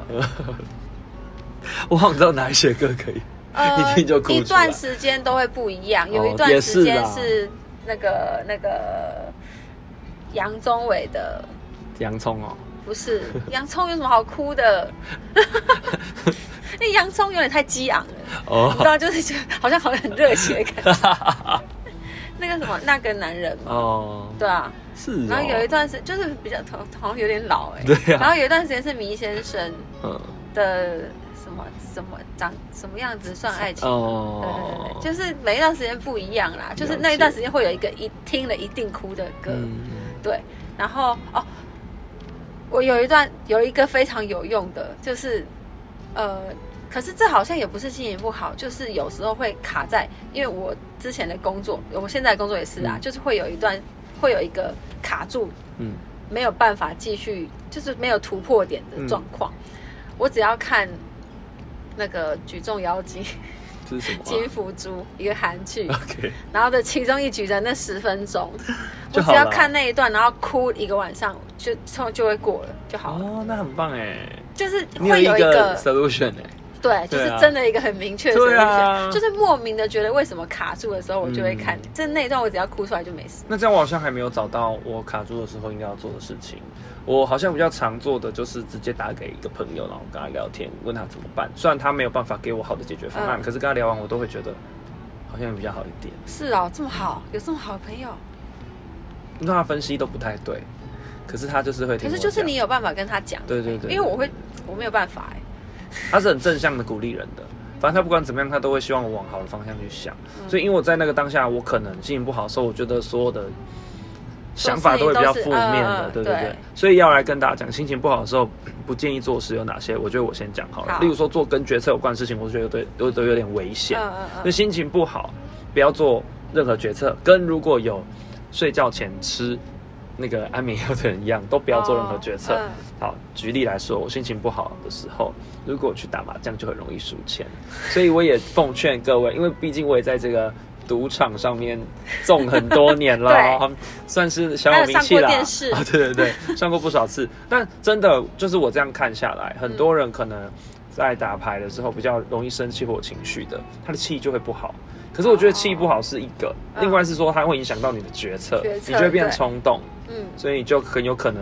[SPEAKER 1] 我好像知道哪一些歌可以，一听就哭出来
[SPEAKER 2] 呃一段时间都会不一样，有一
[SPEAKER 1] 哦
[SPEAKER 2] 段
[SPEAKER 1] 也
[SPEAKER 2] 时
[SPEAKER 1] 是
[SPEAKER 2] 间
[SPEAKER 1] 啦
[SPEAKER 2] 是那个那个杨宗纬的
[SPEAKER 1] 洋葱哦，
[SPEAKER 2] 不是 洋葱有什么好哭的？ 那洋葱有点太激昂了，你知
[SPEAKER 1] 哦，
[SPEAKER 2] 道，就是觉得好像好像很热血的感觉。 那个什么，那个男人嘛，
[SPEAKER 1] 哦，
[SPEAKER 2] 对啊。
[SPEAKER 1] 是哦，
[SPEAKER 2] 然后有一段时就是比较头好像有点老哎、
[SPEAKER 1] 对啊
[SPEAKER 2] 然后有一段时间是迷先生
[SPEAKER 1] 嗯，
[SPEAKER 2] 的什么什么长什么样子算爱情？对对对
[SPEAKER 1] 哦，
[SPEAKER 2] 对，就是每一段时间不一样啦，就是
[SPEAKER 1] 了
[SPEAKER 2] 那一段
[SPEAKER 1] 解
[SPEAKER 2] 时间会有一个一听了一定哭的歌。
[SPEAKER 1] 嗯，
[SPEAKER 2] 对，然后哦，我有一段有一个非常有用的，就是呃，可是这好像也不是心情不好，就是有时候会卡在，因为我之前的工作，我现在的工作也是啊，
[SPEAKER 1] 嗯
[SPEAKER 2] 就是会有一段会有一个卡住，
[SPEAKER 1] 嗯，
[SPEAKER 2] 没有办法继续，就是没有突破点的状况。我只要看那个举重妖精
[SPEAKER 1] 这是什么、
[SPEAKER 2] 金福珠一个韩 剧，
[SPEAKER 1] 啊、？OK，
[SPEAKER 2] 然后的其中一局的那十分钟，我
[SPEAKER 1] 就
[SPEAKER 2] 只
[SPEAKER 1] 好了
[SPEAKER 2] 要看那一段，然后哭一个晚上，就就就会过了就好了。
[SPEAKER 1] 哦，那很棒哎，
[SPEAKER 2] 就是
[SPEAKER 1] 你有
[SPEAKER 2] 会
[SPEAKER 1] 一
[SPEAKER 2] 有一
[SPEAKER 1] 个
[SPEAKER 2] 个
[SPEAKER 1] solution 哎，
[SPEAKER 2] 对，就是真的一个很明确的
[SPEAKER 1] 对
[SPEAKER 2] solution，、
[SPEAKER 1] 啊嗯
[SPEAKER 2] 就是莫名的觉得为什么卡住的时候，我就会看，就那一段我只要哭出来就没事。
[SPEAKER 1] 那这样我好像还没有找到我卡住的时候应该要做的事情。我好像比较常做的就是直接打给一个朋友，然后跟他聊天，问他怎么办。虽然他没有办法给我好的解决方案，
[SPEAKER 2] 嗯
[SPEAKER 1] 可是跟他聊完，我都会觉得好像比较好一点。
[SPEAKER 2] 是哦，这么好，有这么好的朋友，
[SPEAKER 1] 因为他分析都不太对，可是他就是会听
[SPEAKER 2] 可
[SPEAKER 1] 我
[SPEAKER 2] 是
[SPEAKER 1] 讲。
[SPEAKER 2] 就是你有办法跟他讲，
[SPEAKER 1] 对对对，
[SPEAKER 2] 因为我会我没有办法哎、
[SPEAKER 1] 他是很正向的鼓励人的。反正他不管怎么样，他都会希望我往好的方向去想。
[SPEAKER 2] 嗯
[SPEAKER 1] 所以，因为我在那个当下，我可能心情不好的时候，我觉得所有的想法都会比较负面的，
[SPEAKER 2] 都
[SPEAKER 1] 对
[SPEAKER 2] 是
[SPEAKER 1] 对
[SPEAKER 2] 嗯
[SPEAKER 1] 对
[SPEAKER 2] 对。
[SPEAKER 1] 所以要来跟大家讲，心情不好的时候，不建议做事有哪些？我觉得我先讲好了。
[SPEAKER 2] 好
[SPEAKER 1] 例如说做跟决策有关的事情，我觉得对都都有点危险。
[SPEAKER 2] 嗯嗯
[SPEAKER 1] 所以
[SPEAKER 2] 嗯，
[SPEAKER 1] 心情不好，不要做任何决策，跟如果有睡觉前吃那个安眠药的人一样，都不
[SPEAKER 2] 不
[SPEAKER 1] 要做任何决策。
[SPEAKER 2] 嗯
[SPEAKER 1] 好，举例来说，我心情不好的时候，如果我去打麻将，就很容易输钱。所以我也奉劝各位，因为毕竟我也在这个赌场上面中很多年了
[SPEAKER 2] 对，
[SPEAKER 1] 算是小有名气啦。
[SPEAKER 2] 还有上过电视
[SPEAKER 1] 啊， 对对对，上过不少次。但真的就是我这样看下来，很多人可能在打牌的时候比较容易生气或有情绪的，他的气就会不好。可是我觉得气不好是一个，
[SPEAKER 2] 嗯
[SPEAKER 1] 另外是说它会影响到你的决策，
[SPEAKER 2] 决策
[SPEAKER 1] 你就会变
[SPEAKER 2] 对
[SPEAKER 1] 冲动。
[SPEAKER 2] 嗯，
[SPEAKER 1] 所以就很有可能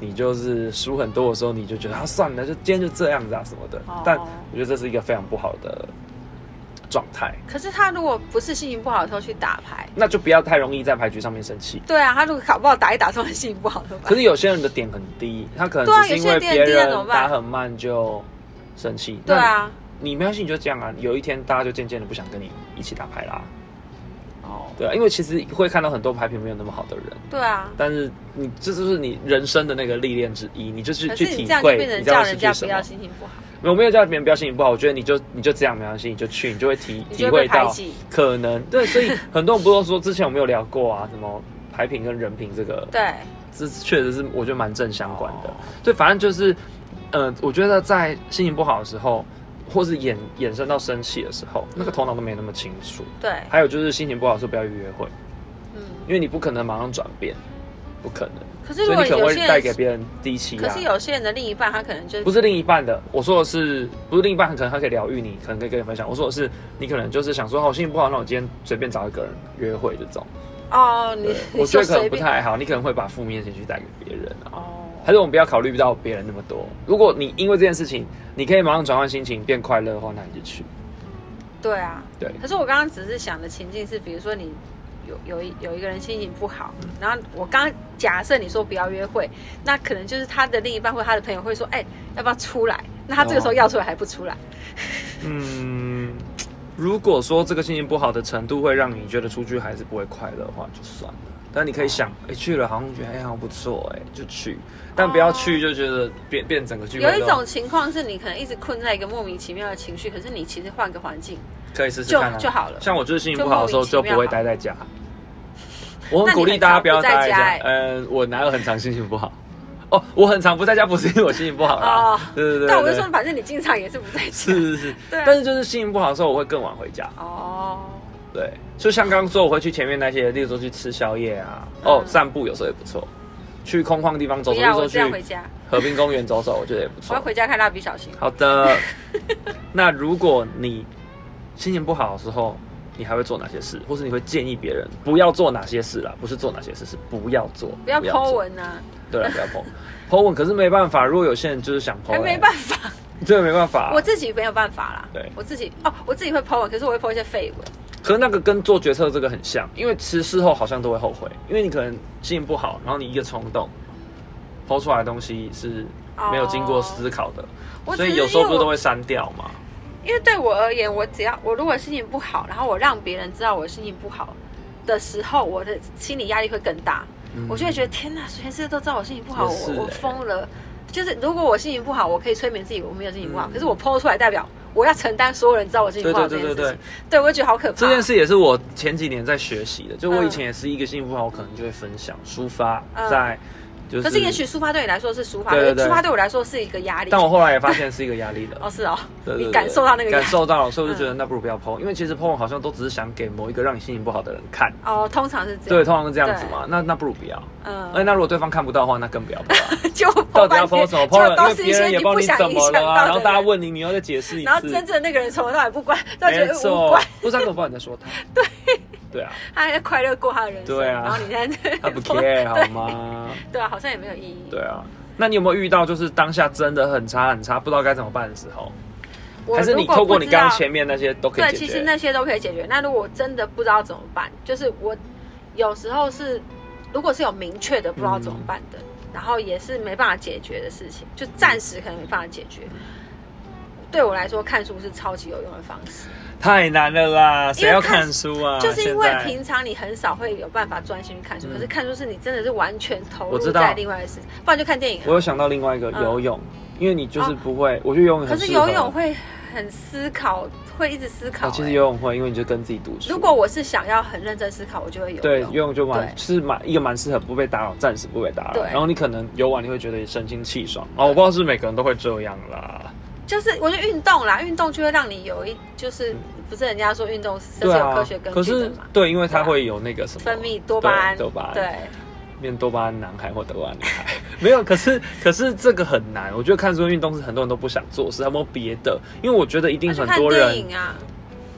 [SPEAKER 1] 你就是书很多的时候，你就觉得啊算了，就今天就这样子啊什么的。
[SPEAKER 2] 哦
[SPEAKER 1] 但我觉得这是一个非常不好的状态，
[SPEAKER 2] 可是他如果不是心情不好的时候去打牌，
[SPEAKER 1] 那就不要太容易在牌局上面生气。
[SPEAKER 2] 对啊，他如果考不好打一打，突然心情不好怎么
[SPEAKER 1] 可
[SPEAKER 2] 办？
[SPEAKER 1] 是有些人的点很低，他可
[SPEAKER 2] 对啊
[SPEAKER 1] 能只是因为
[SPEAKER 2] 有些人
[SPEAKER 1] 别
[SPEAKER 2] 点低了怎么
[SPEAKER 1] 人
[SPEAKER 2] 办
[SPEAKER 1] 打很慢就生气。
[SPEAKER 2] 对啊，
[SPEAKER 1] 那你，你没关系，你就这样啊。有一天大家就渐渐的不想跟你一起打牌啦。
[SPEAKER 2] 哦，
[SPEAKER 1] 对啊，因为其实会看到很多牌品没有那么好的人，
[SPEAKER 2] 对啊。
[SPEAKER 1] 但是你这就是你人生的那个历练之一，你就是
[SPEAKER 2] 可
[SPEAKER 1] 去
[SPEAKER 2] 是
[SPEAKER 1] 体
[SPEAKER 2] 你这样就
[SPEAKER 1] 会，
[SPEAKER 2] 变成
[SPEAKER 1] 知道
[SPEAKER 2] 叫
[SPEAKER 1] 失
[SPEAKER 2] 人
[SPEAKER 1] 去
[SPEAKER 2] 家
[SPEAKER 1] 什
[SPEAKER 2] 不
[SPEAKER 1] 么
[SPEAKER 2] 要心情不好，
[SPEAKER 1] 我没有叫别人不要心情不好，我觉得你就你就这样没关系，你就去，你就会体
[SPEAKER 2] 你
[SPEAKER 1] 体
[SPEAKER 2] 就会
[SPEAKER 1] 会
[SPEAKER 2] 被排
[SPEAKER 1] 到
[SPEAKER 2] 挤。
[SPEAKER 1] 可能对，所以很多人不都说之前我们有聊过啊，什么牌品跟人品这个，
[SPEAKER 2] 对，
[SPEAKER 1] 这确实是我觉得蛮正相关的。对，反正就是，呃，我觉得在心情不好的时候，或是衍衍生到生气的时候，那个头脑都没那么清楚。
[SPEAKER 2] 对，
[SPEAKER 1] 还有就是心情不好的时候不要去约会，
[SPEAKER 2] 嗯。
[SPEAKER 1] 因为你不可能马上转变，不可能，
[SPEAKER 2] 可是
[SPEAKER 1] 所
[SPEAKER 2] 如
[SPEAKER 1] 以
[SPEAKER 2] 果
[SPEAKER 1] 你可能
[SPEAKER 2] 有
[SPEAKER 1] 会
[SPEAKER 2] 些
[SPEAKER 1] 带给
[SPEAKER 2] 人，
[SPEAKER 1] 别人低气
[SPEAKER 2] 可
[SPEAKER 1] 压
[SPEAKER 2] 是。有些人的另一半，他可能就
[SPEAKER 1] 不是另一半的，我说的是不是另一半，可能他可以疗愈你，可能可以跟你分享。我说的是，你可能就是想说，好，我心情不好，那我今天随便找一个人约会这种。
[SPEAKER 2] 哦，你
[SPEAKER 1] 对，
[SPEAKER 2] 你
[SPEAKER 1] 我觉
[SPEAKER 2] 说
[SPEAKER 1] 得可能
[SPEAKER 2] 随
[SPEAKER 1] 不
[SPEAKER 2] 便
[SPEAKER 1] 太好，你可能会把负面情绪带给别人啊。
[SPEAKER 2] 哦，
[SPEAKER 1] 还是我们不要考虑到别人那么多。如果你因为这件事情，你可以马上转换心情变快乐的话，那你就去。
[SPEAKER 2] 对啊。
[SPEAKER 1] 对，
[SPEAKER 2] 可是我刚刚只是想的情境是，比如说你有有一有一个人心情不好，
[SPEAKER 1] 嗯
[SPEAKER 2] 然后我刚假设你说不要约会，那可能就是他的另一半或他的朋友会说，哎、要不要出来？那他这个时候
[SPEAKER 1] 哦
[SPEAKER 2] 要出来还不出来，
[SPEAKER 1] 嗯，如果说这个心情不好的程度会让你觉得出去还是不会快乐的话，就算了。但你可以想，哎、去了好像觉得哎、好像不错，哎，就去。但不要去就觉得变变整个聚会
[SPEAKER 2] 有一
[SPEAKER 1] 都
[SPEAKER 2] 种情况是你可能一直困在一个莫名其妙的情绪，可是你其实换个环境
[SPEAKER 1] 可以试试
[SPEAKER 2] 就
[SPEAKER 1] 看、啊、
[SPEAKER 2] 就好了。
[SPEAKER 1] 像我就是心情不好的时候就不会待在家，我很鼓励大家不要待在家。嗯，我哪有很常心情不好？哦，我很常不在家，不是因为我心情不好啦。
[SPEAKER 2] 哦
[SPEAKER 1] 对对对对
[SPEAKER 2] 但我就说，反正你经常也是不在家。
[SPEAKER 1] 是是是，
[SPEAKER 2] 对啊
[SPEAKER 1] 但是就是心情不好的时候，我会更晚回家。
[SPEAKER 2] 哦，
[SPEAKER 1] 对，就像刚刚说，我会去前面那些，例如说去吃宵夜啊，
[SPEAKER 2] 嗯
[SPEAKER 1] 哦，散步有时候也不错，去空旷地方走
[SPEAKER 2] 不
[SPEAKER 1] 走，
[SPEAKER 2] 要，我
[SPEAKER 1] 有
[SPEAKER 2] 这
[SPEAKER 1] 时候
[SPEAKER 2] 样回
[SPEAKER 1] 去
[SPEAKER 2] 家，
[SPEAKER 1] 河滨公园走走，我觉得也不
[SPEAKER 2] 我
[SPEAKER 1] 错
[SPEAKER 2] 要。回家看蜡笔小新。哦
[SPEAKER 1] 好的，那如果你心情不好的时候，你还会做哪些事，或是你会建议别人不要做哪些事啦？不是做哪些事，是不要做，
[SPEAKER 2] 不要
[SPEAKER 1] 做
[SPEAKER 2] 抛。文啊，
[SPEAKER 1] 对了，不要 po 抛文，可是没办法，如果有些人就是想抛、
[SPEAKER 2] 还没办法，
[SPEAKER 1] 法，这个没办法、啊
[SPEAKER 2] 我自己没有办法啦。
[SPEAKER 1] 对
[SPEAKER 2] 我自己哦，我自己会抛文，可是我会抛一些废文。
[SPEAKER 1] 可是那个跟做决策这个很像，因为其实事后好像都会后悔，因为你可能心情不好，然后你一个冲动，抛出来的东西是没有经过思考的，
[SPEAKER 2] 我
[SPEAKER 1] 所
[SPEAKER 2] 只
[SPEAKER 1] 以
[SPEAKER 2] 是
[SPEAKER 1] 有时候不是都
[SPEAKER 2] 因为
[SPEAKER 1] 会删掉嘛？
[SPEAKER 2] 我因为对我而言，我只要我如果心情不好，然后我让别人知道我心情不好的时候，我的心理压力会更大。
[SPEAKER 1] 嗯
[SPEAKER 2] 我就会觉得天哪，全世界都知道我心情不好，
[SPEAKER 1] 也是
[SPEAKER 2] 我我
[SPEAKER 1] 欸
[SPEAKER 2] 疯了。就是如果我心情不好，我可以催眠自己，我没有心情不好。
[SPEAKER 1] 嗯
[SPEAKER 2] 可是我抛出来，代表我要承担所有人知道我心
[SPEAKER 1] 对
[SPEAKER 2] 情不好
[SPEAKER 1] 对
[SPEAKER 2] 这
[SPEAKER 1] 对
[SPEAKER 2] 件
[SPEAKER 1] 对
[SPEAKER 2] 事
[SPEAKER 1] 对
[SPEAKER 2] 情。。对，我会觉得好可怕。
[SPEAKER 1] 这件，事也是我前几年在学习的，就我
[SPEAKER 2] 嗯
[SPEAKER 1] 以前也是一个心情不好，我可能就会分享抒发
[SPEAKER 2] 嗯
[SPEAKER 1] 在，就是
[SPEAKER 2] 可是也许抒发对你来说是抒发，
[SPEAKER 1] 对对
[SPEAKER 2] 可是抒
[SPEAKER 1] 对
[SPEAKER 2] 发对我来说是一个压力。
[SPEAKER 1] 但我后来也发现是一个压力了。
[SPEAKER 2] 哦是哦，
[SPEAKER 1] 对对对
[SPEAKER 2] 你感受到那个压
[SPEAKER 1] 感
[SPEAKER 2] 力
[SPEAKER 1] 受到了，所以我就觉得那不如不要 PO，、因为其实 PO 好像都只是想给某一个让你心情不好的人看，
[SPEAKER 2] 哦，通常是这
[SPEAKER 1] 对，
[SPEAKER 2] 样。
[SPEAKER 1] 通常是这样子嘛。那那不如不要。
[SPEAKER 2] 嗯
[SPEAKER 1] 哎，那如果对方看不到的话，那更不要 PO 啊。
[SPEAKER 2] 就
[SPEAKER 1] 到
[SPEAKER 2] 抛
[SPEAKER 1] 底要
[SPEAKER 2] 半天
[SPEAKER 1] PO 什么？PO
[SPEAKER 2] 就
[SPEAKER 1] 了，因
[SPEAKER 2] 都
[SPEAKER 1] 为
[SPEAKER 2] 是一
[SPEAKER 1] 别
[SPEAKER 2] 些
[SPEAKER 1] 人也
[SPEAKER 2] 你
[SPEAKER 1] 不
[SPEAKER 2] 不
[SPEAKER 1] 知道
[SPEAKER 2] 想
[SPEAKER 1] 你怎
[SPEAKER 2] 影
[SPEAKER 1] 么
[SPEAKER 2] 响
[SPEAKER 1] 了啊、
[SPEAKER 2] 到
[SPEAKER 1] 然后
[SPEAKER 2] 的
[SPEAKER 1] 大家
[SPEAKER 2] 人
[SPEAKER 1] 问你，你又再解释一次。
[SPEAKER 2] 然后真正那个人从头到尾不关， 都觉
[SPEAKER 1] 没
[SPEAKER 2] 得无
[SPEAKER 1] 错
[SPEAKER 2] 关，，
[SPEAKER 1] 不知道我不知道你在 说他。对，对啊，
[SPEAKER 2] 他还在快乐过他的人生，
[SPEAKER 1] 对啊
[SPEAKER 2] 然后你在那
[SPEAKER 1] 他不 care 好吗？
[SPEAKER 2] 对啊，好像也没有意义。
[SPEAKER 1] 对啊，那你有没有遇到就是当下真的很差很差，不知道该怎么办的时候？
[SPEAKER 2] 我
[SPEAKER 1] 还是
[SPEAKER 2] 如
[SPEAKER 1] 你
[SPEAKER 2] 果
[SPEAKER 1] 透
[SPEAKER 2] 不
[SPEAKER 1] 过你
[SPEAKER 2] 知
[SPEAKER 1] 刚刚
[SPEAKER 2] 道
[SPEAKER 1] 前面那些都可以
[SPEAKER 2] 对，
[SPEAKER 1] 解决？
[SPEAKER 2] 其实那些都可以解决。那如果我真的不知道怎么办，就是我有时候是，如果是有明确的不知道怎么
[SPEAKER 1] 嗯
[SPEAKER 2] 办的，然后也是没办法解决的事情，就暂时可能没办法解决。对我来说，看书是超级有用的方式，
[SPEAKER 1] 太难了啦，谁
[SPEAKER 2] 因为
[SPEAKER 1] 要
[SPEAKER 2] 看
[SPEAKER 1] 看书啊？
[SPEAKER 2] 就是因为
[SPEAKER 1] 现在
[SPEAKER 2] 平常你很少会有办法专心去看书，
[SPEAKER 1] 嗯
[SPEAKER 2] 可是看书是你真的是完全投
[SPEAKER 1] 我
[SPEAKER 2] 入
[SPEAKER 1] 知道
[SPEAKER 2] 在另外的事情，不然就看电影啊。
[SPEAKER 1] 我有想到另外一个
[SPEAKER 2] 嗯哦
[SPEAKER 1] 游泳，因为你就是不会，我觉得游泳
[SPEAKER 2] 可
[SPEAKER 1] 很
[SPEAKER 2] 是
[SPEAKER 1] 适合
[SPEAKER 2] 游泳会很思考，会一直思考、
[SPEAKER 1] 哦其实
[SPEAKER 2] 欸
[SPEAKER 1] 游泳会，因为你就跟自己独处。
[SPEAKER 2] 如果我是想要很认真思考，我就会游泳。
[SPEAKER 1] 对游泳就蛮
[SPEAKER 2] 对
[SPEAKER 1] 是蛮一个蛮适合不被打扰，暂时不被打扰。
[SPEAKER 2] 对
[SPEAKER 1] 然后你可能游完你会觉得神清气爽啊、哦，我不知道是不是每个人都会这样啦。
[SPEAKER 2] 就是我觉得运动啦，运动就会让你有一就是不是人家说运动这
[SPEAKER 1] 嗯对
[SPEAKER 2] 是有
[SPEAKER 1] 啊
[SPEAKER 2] 科学，根
[SPEAKER 1] 可
[SPEAKER 2] 据的
[SPEAKER 1] 是
[SPEAKER 2] 嘛？
[SPEAKER 1] 对，因为它
[SPEAKER 2] 对啊
[SPEAKER 1] 会有那个什么
[SPEAKER 2] 分泌多巴胺，
[SPEAKER 1] 对多巴胺
[SPEAKER 2] 对，
[SPEAKER 1] 变多巴胺男孩或多巴胺女孩， 没有。可是可是这个很难，我觉得看书跟运动是很多人都不想做，是他们别的，因为我觉得一定
[SPEAKER 2] 那去
[SPEAKER 1] 很
[SPEAKER 2] 看
[SPEAKER 1] 多
[SPEAKER 2] 电
[SPEAKER 1] 人
[SPEAKER 2] 影啊，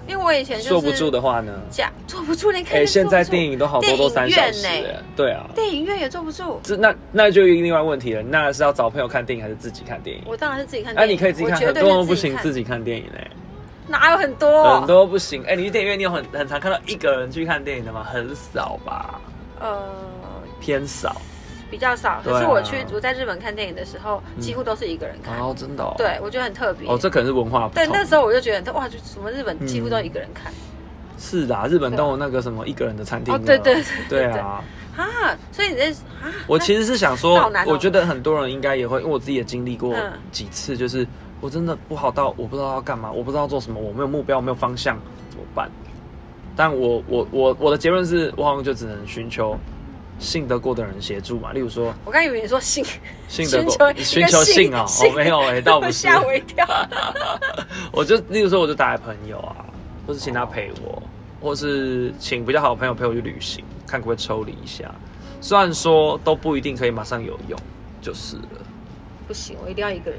[SPEAKER 2] 因为我以前就是
[SPEAKER 1] 坐不住的话呢？
[SPEAKER 2] 假坐不住，连
[SPEAKER 1] 哎、
[SPEAKER 2] 看电视
[SPEAKER 1] 现在
[SPEAKER 2] 坐不住
[SPEAKER 1] 电影都好多都三小时、
[SPEAKER 2] 电影院
[SPEAKER 1] 哎对啊，
[SPEAKER 2] 电影院也坐不住。
[SPEAKER 1] 这那那就另外问题了，那是要找朋友看电影还是自己看电影？
[SPEAKER 2] 我当然是自己看
[SPEAKER 1] 那、
[SPEAKER 2] 电影，啊
[SPEAKER 1] 你可以自己看，
[SPEAKER 2] 我绝
[SPEAKER 1] 很
[SPEAKER 2] 对
[SPEAKER 1] 多人
[SPEAKER 2] 是
[SPEAKER 1] 不
[SPEAKER 2] 己
[SPEAKER 1] 行
[SPEAKER 2] 看
[SPEAKER 1] 自己看电影嘞、
[SPEAKER 2] 哪有很多？
[SPEAKER 1] 很多不行。哎、你去电影院，你有很很常看到一个人去看电影的吗？很少吧，
[SPEAKER 2] 呃，
[SPEAKER 1] 偏少。
[SPEAKER 2] 比较少。
[SPEAKER 1] 对啊嗯
[SPEAKER 2] 可是我去我在日本看电影的时候，几乎都是一个人看，
[SPEAKER 1] 哦，真的、哦。。
[SPEAKER 2] 对我觉得很特别。
[SPEAKER 1] 哦，这可能是文化不
[SPEAKER 2] 对，
[SPEAKER 1] 同。
[SPEAKER 2] 那时候我就觉得哇，就什么日本几乎都一个人看、
[SPEAKER 1] 是啦，日本都有那个什么一个人的餐厅
[SPEAKER 2] 啊哦
[SPEAKER 1] 的。
[SPEAKER 2] 对对
[SPEAKER 1] 对啊，
[SPEAKER 2] 啊，所以你在啊，
[SPEAKER 1] 我其实是想说
[SPEAKER 2] 那好难，哦
[SPEAKER 1] 我觉得很多人应该也会，因为我自己也经历过
[SPEAKER 2] 嗯
[SPEAKER 1] 几次，就是我真的不好到我不知道要干嘛，我不知道做什么，我没有目标，我没有方向，怎么办？但我我我我的结论是，我好像就只能寻求信得过的人协助嘛，例如说
[SPEAKER 2] 我刚以为你说性
[SPEAKER 1] 信得
[SPEAKER 2] 求
[SPEAKER 1] 过
[SPEAKER 2] 寻
[SPEAKER 1] 寻求信哦，
[SPEAKER 2] 性
[SPEAKER 1] 哦没有哎、倒 不是，
[SPEAKER 2] 吓我一跳。
[SPEAKER 1] 我就例如说我就打给朋友啊，或是请他陪我，或是请比较好的朋友陪我去旅行，看可不可以抽离一下。虽然说都不一定可以马上有用，就是了。
[SPEAKER 2] 不行，我一定要一个人。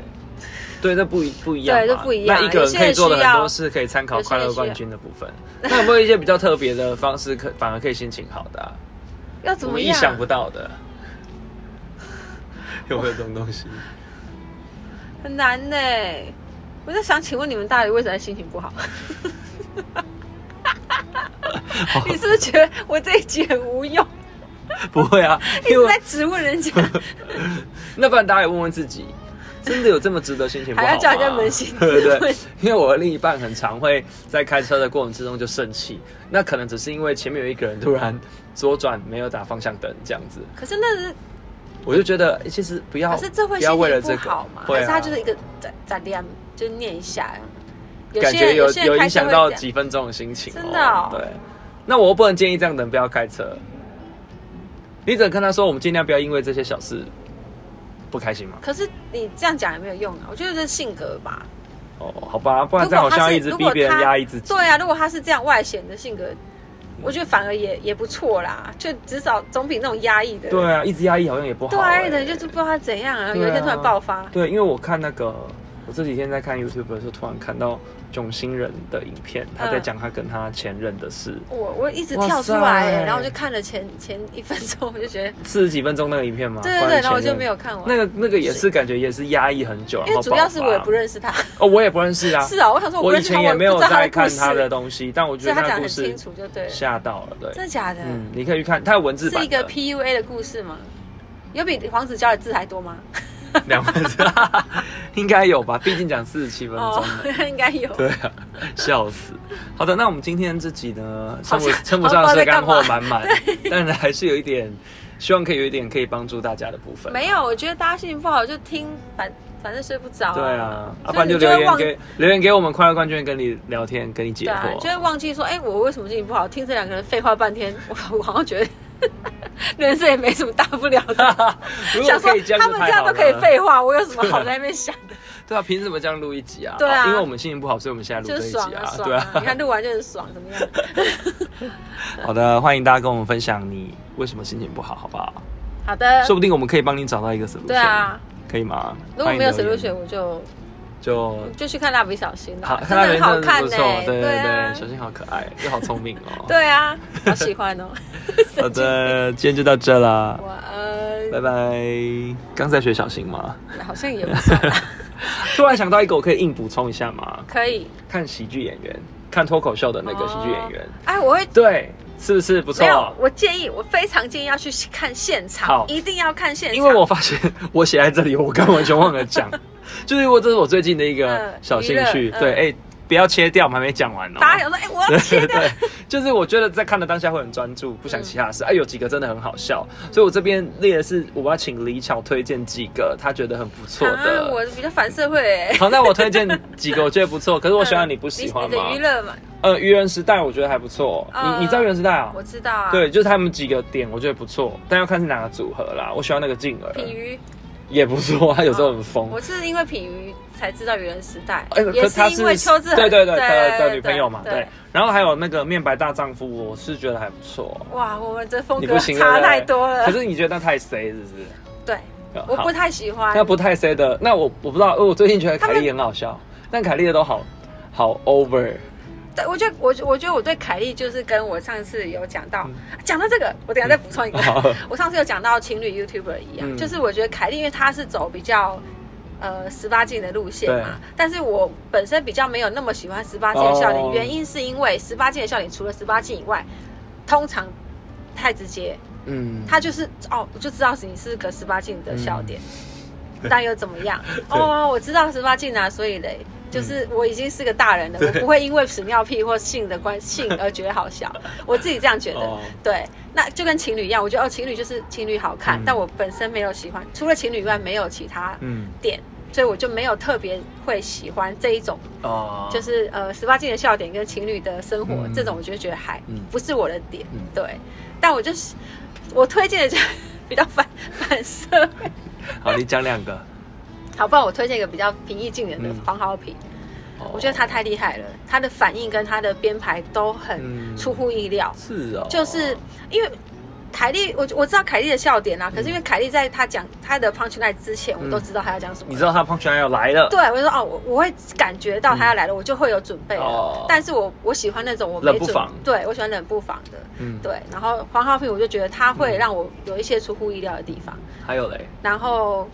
[SPEAKER 1] 对，这不一不一样嘛，
[SPEAKER 2] 对这不一样
[SPEAKER 1] 那一个人可以做的很多事，可以参考
[SPEAKER 2] 有些
[SPEAKER 1] 快
[SPEAKER 2] 人需要
[SPEAKER 1] 乐冠军的部分。那有没有一些比较特别的方式可，反而可以心情好的、啊？
[SPEAKER 2] 要怎
[SPEAKER 1] 我
[SPEAKER 2] 么
[SPEAKER 1] 们
[SPEAKER 2] 样？
[SPEAKER 1] 意想不到的，有没有这种东西？
[SPEAKER 2] 很难呢、我在想，请问你们大理为什么心 情不好？
[SPEAKER 1] 哦
[SPEAKER 2] 你是不是觉得我这一集很无用？
[SPEAKER 1] 不会啊，
[SPEAKER 2] 一
[SPEAKER 1] 因
[SPEAKER 2] 直
[SPEAKER 1] 为
[SPEAKER 2] 在质问人家，
[SPEAKER 1] 那不然大家也问问自己，真的有这么值得心情不好吗
[SPEAKER 2] 还要叫人家扪心自
[SPEAKER 1] 对
[SPEAKER 2] 问
[SPEAKER 1] 不对？因为我的另一半很常会在开车的过程之中就生气，那可能只是因为前面有一个人突然左转没有打方向灯这样子，
[SPEAKER 2] 可是那是
[SPEAKER 1] 我就觉得、诶其实不要，
[SPEAKER 2] 可是这会
[SPEAKER 1] 不要
[SPEAKER 2] 心
[SPEAKER 1] 为了
[SPEAKER 2] 情
[SPEAKER 1] 这
[SPEAKER 2] 不
[SPEAKER 1] 个
[SPEAKER 2] 好嘛？，
[SPEAKER 1] 会
[SPEAKER 2] 还是
[SPEAKER 1] 啊
[SPEAKER 2] 他就是一个咋咋的，就念一下。有
[SPEAKER 1] 感
[SPEAKER 2] 些
[SPEAKER 1] 觉
[SPEAKER 2] 人
[SPEAKER 1] 有
[SPEAKER 2] 些人
[SPEAKER 1] 有
[SPEAKER 2] 开
[SPEAKER 1] 影
[SPEAKER 2] 车
[SPEAKER 1] 响
[SPEAKER 2] 会
[SPEAKER 1] 到
[SPEAKER 2] 这样
[SPEAKER 1] 几分钟的心情、哦，
[SPEAKER 2] 真的哦
[SPEAKER 1] 对，那我又不能建议这样的人不要开车，你只能跟他说，我们尽量不要因为这些小事不开心嘛。
[SPEAKER 2] 可是你这样讲也没有用啊，我觉得这是性格吧。
[SPEAKER 1] 哦，好吧，不然
[SPEAKER 2] 如
[SPEAKER 1] 这样
[SPEAKER 2] 果
[SPEAKER 1] 好
[SPEAKER 2] 他
[SPEAKER 1] 像
[SPEAKER 2] 是
[SPEAKER 1] 一直
[SPEAKER 2] 如
[SPEAKER 1] 逼
[SPEAKER 2] 果
[SPEAKER 1] 别人
[SPEAKER 2] 他
[SPEAKER 1] 压抑自己。
[SPEAKER 2] 对啊，如果他是这样外显的性格，我觉得反而也也不错啦，就至少总比那种压抑的人。
[SPEAKER 1] 对啊，一直压抑好像也不好、
[SPEAKER 2] 对啊，
[SPEAKER 1] 欸。
[SPEAKER 2] 一人就是不知道他怎样啊，
[SPEAKER 1] 对啊
[SPEAKER 2] 有一天突然爆发。
[SPEAKER 1] 对，因为我看那个，我这几天在看 YouTube 的时候，突然看到囧星人的影片，他在
[SPEAKER 2] 嗯
[SPEAKER 1] 讲他跟他前任的事，
[SPEAKER 2] 我我一直
[SPEAKER 1] 哇
[SPEAKER 2] 跳出来
[SPEAKER 1] 塞
[SPEAKER 2] 欸，然后我就看了前前一分钟，我 就觉得
[SPEAKER 1] 四十几分钟那个影片嘛。
[SPEAKER 2] 对对
[SPEAKER 1] 关于
[SPEAKER 2] 对，然后我
[SPEAKER 1] 前
[SPEAKER 2] 就
[SPEAKER 1] 任
[SPEAKER 2] 没。有看完。
[SPEAKER 1] 那个那个也是感觉也是压抑很久，啊
[SPEAKER 2] 因
[SPEAKER 1] 然
[SPEAKER 2] 为
[SPEAKER 1] 后
[SPEAKER 2] 主要是
[SPEAKER 1] 爆
[SPEAKER 2] 我
[SPEAKER 1] 发
[SPEAKER 2] 也不认识他，
[SPEAKER 1] 哦，我也不认识啊。
[SPEAKER 2] 是啊，我想说不
[SPEAKER 1] 我以
[SPEAKER 2] 认识他，
[SPEAKER 1] 前
[SPEAKER 2] 我
[SPEAKER 1] 也没有
[SPEAKER 2] 不知道
[SPEAKER 1] 在
[SPEAKER 2] 的故
[SPEAKER 1] 看
[SPEAKER 2] 事
[SPEAKER 1] 他的，东西，但我觉
[SPEAKER 2] 所以
[SPEAKER 1] 得他
[SPEAKER 2] 他讲
[SPEAKER 1] 的
[SPEAKER 2] 得
[SPEAKER 1] 故
[SPEAKER 2] 很
[SPEAKER 1] 事
[SPEAKER 2] 清楚就对了。
[SPEAKER 1] 吓到了，对
[SPEAKER 2] 真，的假的？
[SPEAKER 1] 嗯，你可以去看，他有文字版
[SPEAKER 2] 是
[SPEAKER 1] 的，
[SPEAKER 2] 一个 PUA 的故事吗？有比黄子佼的字还多吗？
[SPEAKER 1] 两分钟， 应该有吧？毕竟讲四十七分钟
[SPEAKER 2] 哦， 应该有。
[SPEAKER 1] 对啊，笑死。好的，那我们今天这集呢，
[SPEAKER 2] 好
[SPEAKER 1] 称不
[SPEAKER 2] 像
[SPEAKER 1] 称不上是干货
[SPEAKER 2] 好像不知道
[SPEAKER 1] 满满， 但还是有一点，希望可以有一点可以帮助大家的部分。
[SPEAKER 2] 没有，我觉得大家心情不好就听，反反正睡不着、
[SPEAKER 1] 对啊，要、
[SPEAKER 2] 所以
[SPEAKER 1] 不然就
[SPEAKER 2] 你就会
[SPEAKER 1] 留言
[SPEAKER 2] 忘
[SPEAKER 1] 给留言给我们快乐冠军，跟你聊天，跟你解
[SPEAKER 2] 对啊，
[SPEAKER 1] 惑。
[SPEAKER 2] 就会忘记说，哎、我为什么心情不好？听这两个人废话半天， 我我好像觉得 人生也没什么大不了的。
[SPEAKER 1] 如果
[SPEAKER 2] 啊想说
[SPEAKER 1] 可以这样，
[SPEAKER 2] 他们这样都可以。废话，我有什么好在那边想的？
[SPEAKER 1] 对啊，凭什么这样录一集啊？
[SPEAKER 2] 对啊
[SPEAKER 1] 哦因为我们心情不好，所以我们现在 录
[SPEAKER 2] 就
[SPEAKER 1] 这
[SPEAKER 2] 是
[SPEAKER 1] 一
[SPEAKER 2] 爽
[SPEAKER 1] 集
[SPEAKER 2] 啊爽
[SPEAKER 1] 对
[SPEAKER 2] 啊！你
[SPEAKER 1] 啊。
[SPEAKER 2] 看录完就很爽，怎么样？
[SPEAKER 1] 好的，欢迎大家跟我们分享你为什么心情不好，好不好？
[SPEAKER 2] 好的
[SPEAKER 1] 说，不定我们可以帮你找到一个 solution。
[SPEAKER 2] 呃对啊，，
[SPEAKER 1] 可以吗？
[SPEAKER 2] 如果没
[SPEAKER 1] 欢
[SPEAKER 2] 有
[SPEAKER 1] 迎
[SPEAKER 2] 水
[SPEAKER 1] 留
[SPEAKER 2] 入
[SPEAKER 1] 言
[SPEAKER 2] 学，我就
[SPEAKER 1] 就
[SPEAKER 2] 就去看蜡笔小新
[SPEAKER 1] 好，
[SPEAKER 2] 啦，
[SPEAKER 1] 看
[SPEAKER 2] 真
[SPEAKER 1] 到
[SPEAKER 2] 的
[SPEAKER 1] 人真的是
[SPEAKER 2] 很好看
[SPEAKER 1] 不
[SPEAKER 2] 呢、
[SPEAKER 1] 错，对对
[SPEAKER 2] 啊
[SPEAKER 1] 对，，小新好可爱，又好聪明 哦。
[SPEAKER 2] 对啊，好喜欢哦。
[SPEAKER 1] 好的，今天就到这啦，
[SPEAKER 2] 晚安。
[SPEAKER 1] 拜拜。刚在学小新吗？
[SPEAKER 2] 呃好像也不算啦，
[SPEAKER 1] 突然想到一个，我可以硬补充一下吗？
[SPEAKER 2] 可以。
[SPEAKER 1] 看喜剧演员，看脱口秀的那个喜剧演员
[SPEAKER 2] 哦，哎，我会
[SPEAKER 1] 对，是不是不
[SPEAKER 2] 没有
[SPEAKER 1] 错？，
[SPEAKER 2] 我建议，我非常建议要去看现
[SPEAKER 1] 好
[SPEAKER 2] 场，一定要看现场，
[SPEAKER 1] 因为我发现 我写在这里，我刚完全忘了 讲，就是我这是我最近的一个
[SPEAKER 2] 嗯
[SPEAKER 1] 小兴趣
[SPEAKER 2] 娱，乐嗯
[SPEAKER 1] 对，哎、不要切掉，我们还没讲完哦。
[SPEAKER 2] 大家想说，哎，我 要
[SPEAKER 1] 对
[SPEAKER 2] 切掉，
[SPEAKER 1] 对，就是我觉得在看的当下会很专注，不想其他的
[SPEAKER 2] 嗯
[SPEAKER 1] 事。哎、有几个真的很好笑，所以我这边列的是我要请李巧推荐几个他觉得很不 错
[SPEAKER 2] 啊，
[SPEAKER 1] 的。
[SPEAKER 2] 我比较反社会欸。
[SPEAKER 1] 好，那我推荐几个我觉得不 错，可是我喜欢
[SPEAKER 2] 嗯
[SPEAKER 1] 你不喜欢
[SPEAKER 2] 你
[SPEAKER 1] 吗
[SPEAKER 2] 的娱？乐嘛，
[SPEAKER 1] 呃，愚人时代我觉得还不错，
[SPEAKER 2] 嗯
[SPEAKER 1] 你你知道愚人时代啊
[SPEAKER 2] 我？知道啊。
[SPEAKER 1] 对，，就是他们几个点我觉得不错，但要看是哪个组合啦。我喜欢那个静儿，
[SPEAKER 2] 品鱼，
[SPEAKER 1] 也不错，他有时候很疯。
[SPEAKER 2] 我是因为品鱼才知道《愚人时代
[SPEAKER 1] 哎，》，
[SPEAKER 2] 也
[SPEAKER 1] 可他
[SPEAKER 2] 因为邱志恒
[SPEAKER 1] 对对对，他的的女朋友嘛，对。然后还有那个面白大丈夫，我是觉得还不错。
[SPEAKER 2] 哇，我们这风
[SPEAKER 1] 你
[SPEAKER 2] 格
[SPEAKER 1] 不行，对
[SPEAKER 2] 差
[SPEAKER 1] 不对
[SPEAKER 2] 太多了
[SPEAKER 1] 可。是你觉得那太 C 是不是？
[SPEAKER 2] 对，
[SPEAKER 1] 呃
[SPEAKER 2] 我
[SPEAKER 1] 好
[SPEAKER 2] 不太喜欢
[SPEAKER 1] 那。不太 C 的，呃那我我不知道，因为我最近觉得凯
[SPEAKER 2] 他
[SPEAKER 1] 莉
[SPEAKER 2] 们
[SPEAKER 1] 也很好笑，但凯莉的都好好 over，
[SPEAKER 2] 对，我觉得我我觉得我对凯莉就是跟我上次有讲到，
[SPEAKER 1] 嗯
[SPEAKER 2] 讲到这个，我等一下再补 充一个。
[SPEAKER 1] 好，
[SPEAKER 2] 我上次有讲到情侣 YouTuber 一样，
[SPEAKER 1] 嗯
[SPEAKER 2] 就是我觉得凯莉因为她是走比较呃十八禁的路线嘛，但是我本身比较没有那么喜欢十八禁的笑点，
[SPEAKER 1] 哦
[SPEAKER 2] 原因是因为十八禁的笑点除了十八禁以外，通常太直接，
[SPEAKER 1] 嗯，
[SPEAKER 2] 他就是哦，我就知道你是个十八禁的笑 点，
[SPEAKER 1] 对
[SPEAKER 2] 但又怎么 样？
[SPEAKER 1] 嗯对嗯
[SPEAKER 2] 哦，我知道十八禁啊，所以嘞，就是我已经是个大人了，
[SPEAKER 1] 对
[SPEAKER 2] 我不会因为屎尿屁或性的关性而觉得 好笑，我自己这样觉得。
[SPEAKER 1] 哦
[SPEAKER 2] 对，那就跟情侣一样，我觉得哦，情侣就是情侣好看，
[SPEAKER 1] 嗯
[SPEAKER 2] 但我本身没有喜欢，除了情侣以外没有其他
[SPEAKER 1] 嗯
[SPEAKER 2] 点，所以我就没有特别会喜欢这一种，
[SPEAKER 1] 哦，
[SPEAKER 2] 就是呃十八禁的笑点跟情侣的生活、
[SPEAKER 1] 嗯
[SPEAKER 2] 这种，我就觉得还
[SPEAKER 1] 嗯
[SPEAKER 2] 不是我的点，
[SPEAKER 1] 嗯
[SPEAKER 2] 对，但我就是我推荐的就 比较反反社会，
[SPEAKER 1] 好，你讲两个，
[SPEAKER 2] 好，不然我推荐一个比较平易近人的
[SPEAKER 1] 嗯
[SPEAKER 2] 黄豪平，
[SPEAKER 1] 哦
[SPEAKER 2] 我觉得他太厉害了，他的反应跟他的编排都很
[SPEAKER 1] 嗯
[SPEAKER 2] 出乎意料，
[SPEAKER 1] 是哦，
[SPEAKER 2] 就是因为凯莉，我我知道凯莉的笑
[SPEAKER 1] 嗯
[SPEAKER 2] 点啦、啊可是因为凯莉在她讲她的 punchline 之前，我都知道她要讲什么。
[SPEAKER 1] 你知道他 punchline 要来了，
[SPEAKER 2] 对，我就说哦，我我会感觉到她要来了，我就会有准备了。
[SPEAKER 1] 哦
[SPEAKER 2] 但是我我喜欢那种我没
[SPEAKER 1] 冷不
[SPEAKER 2] 准，
[SPEAKER 1] 防
[SPEAKER 2] 对我喜欢冷不防的。
[SPEAKER 1] 嗯，
[SPEAKER 2] 对，然后黄浩平，我就觉得他会
[SPEAKER 1] 嗯
[SPEAKER 2] 让我有一些出乎意料的地方。
[SPEAKER 1] 还有嘞，
[SPEAKER 2] 然后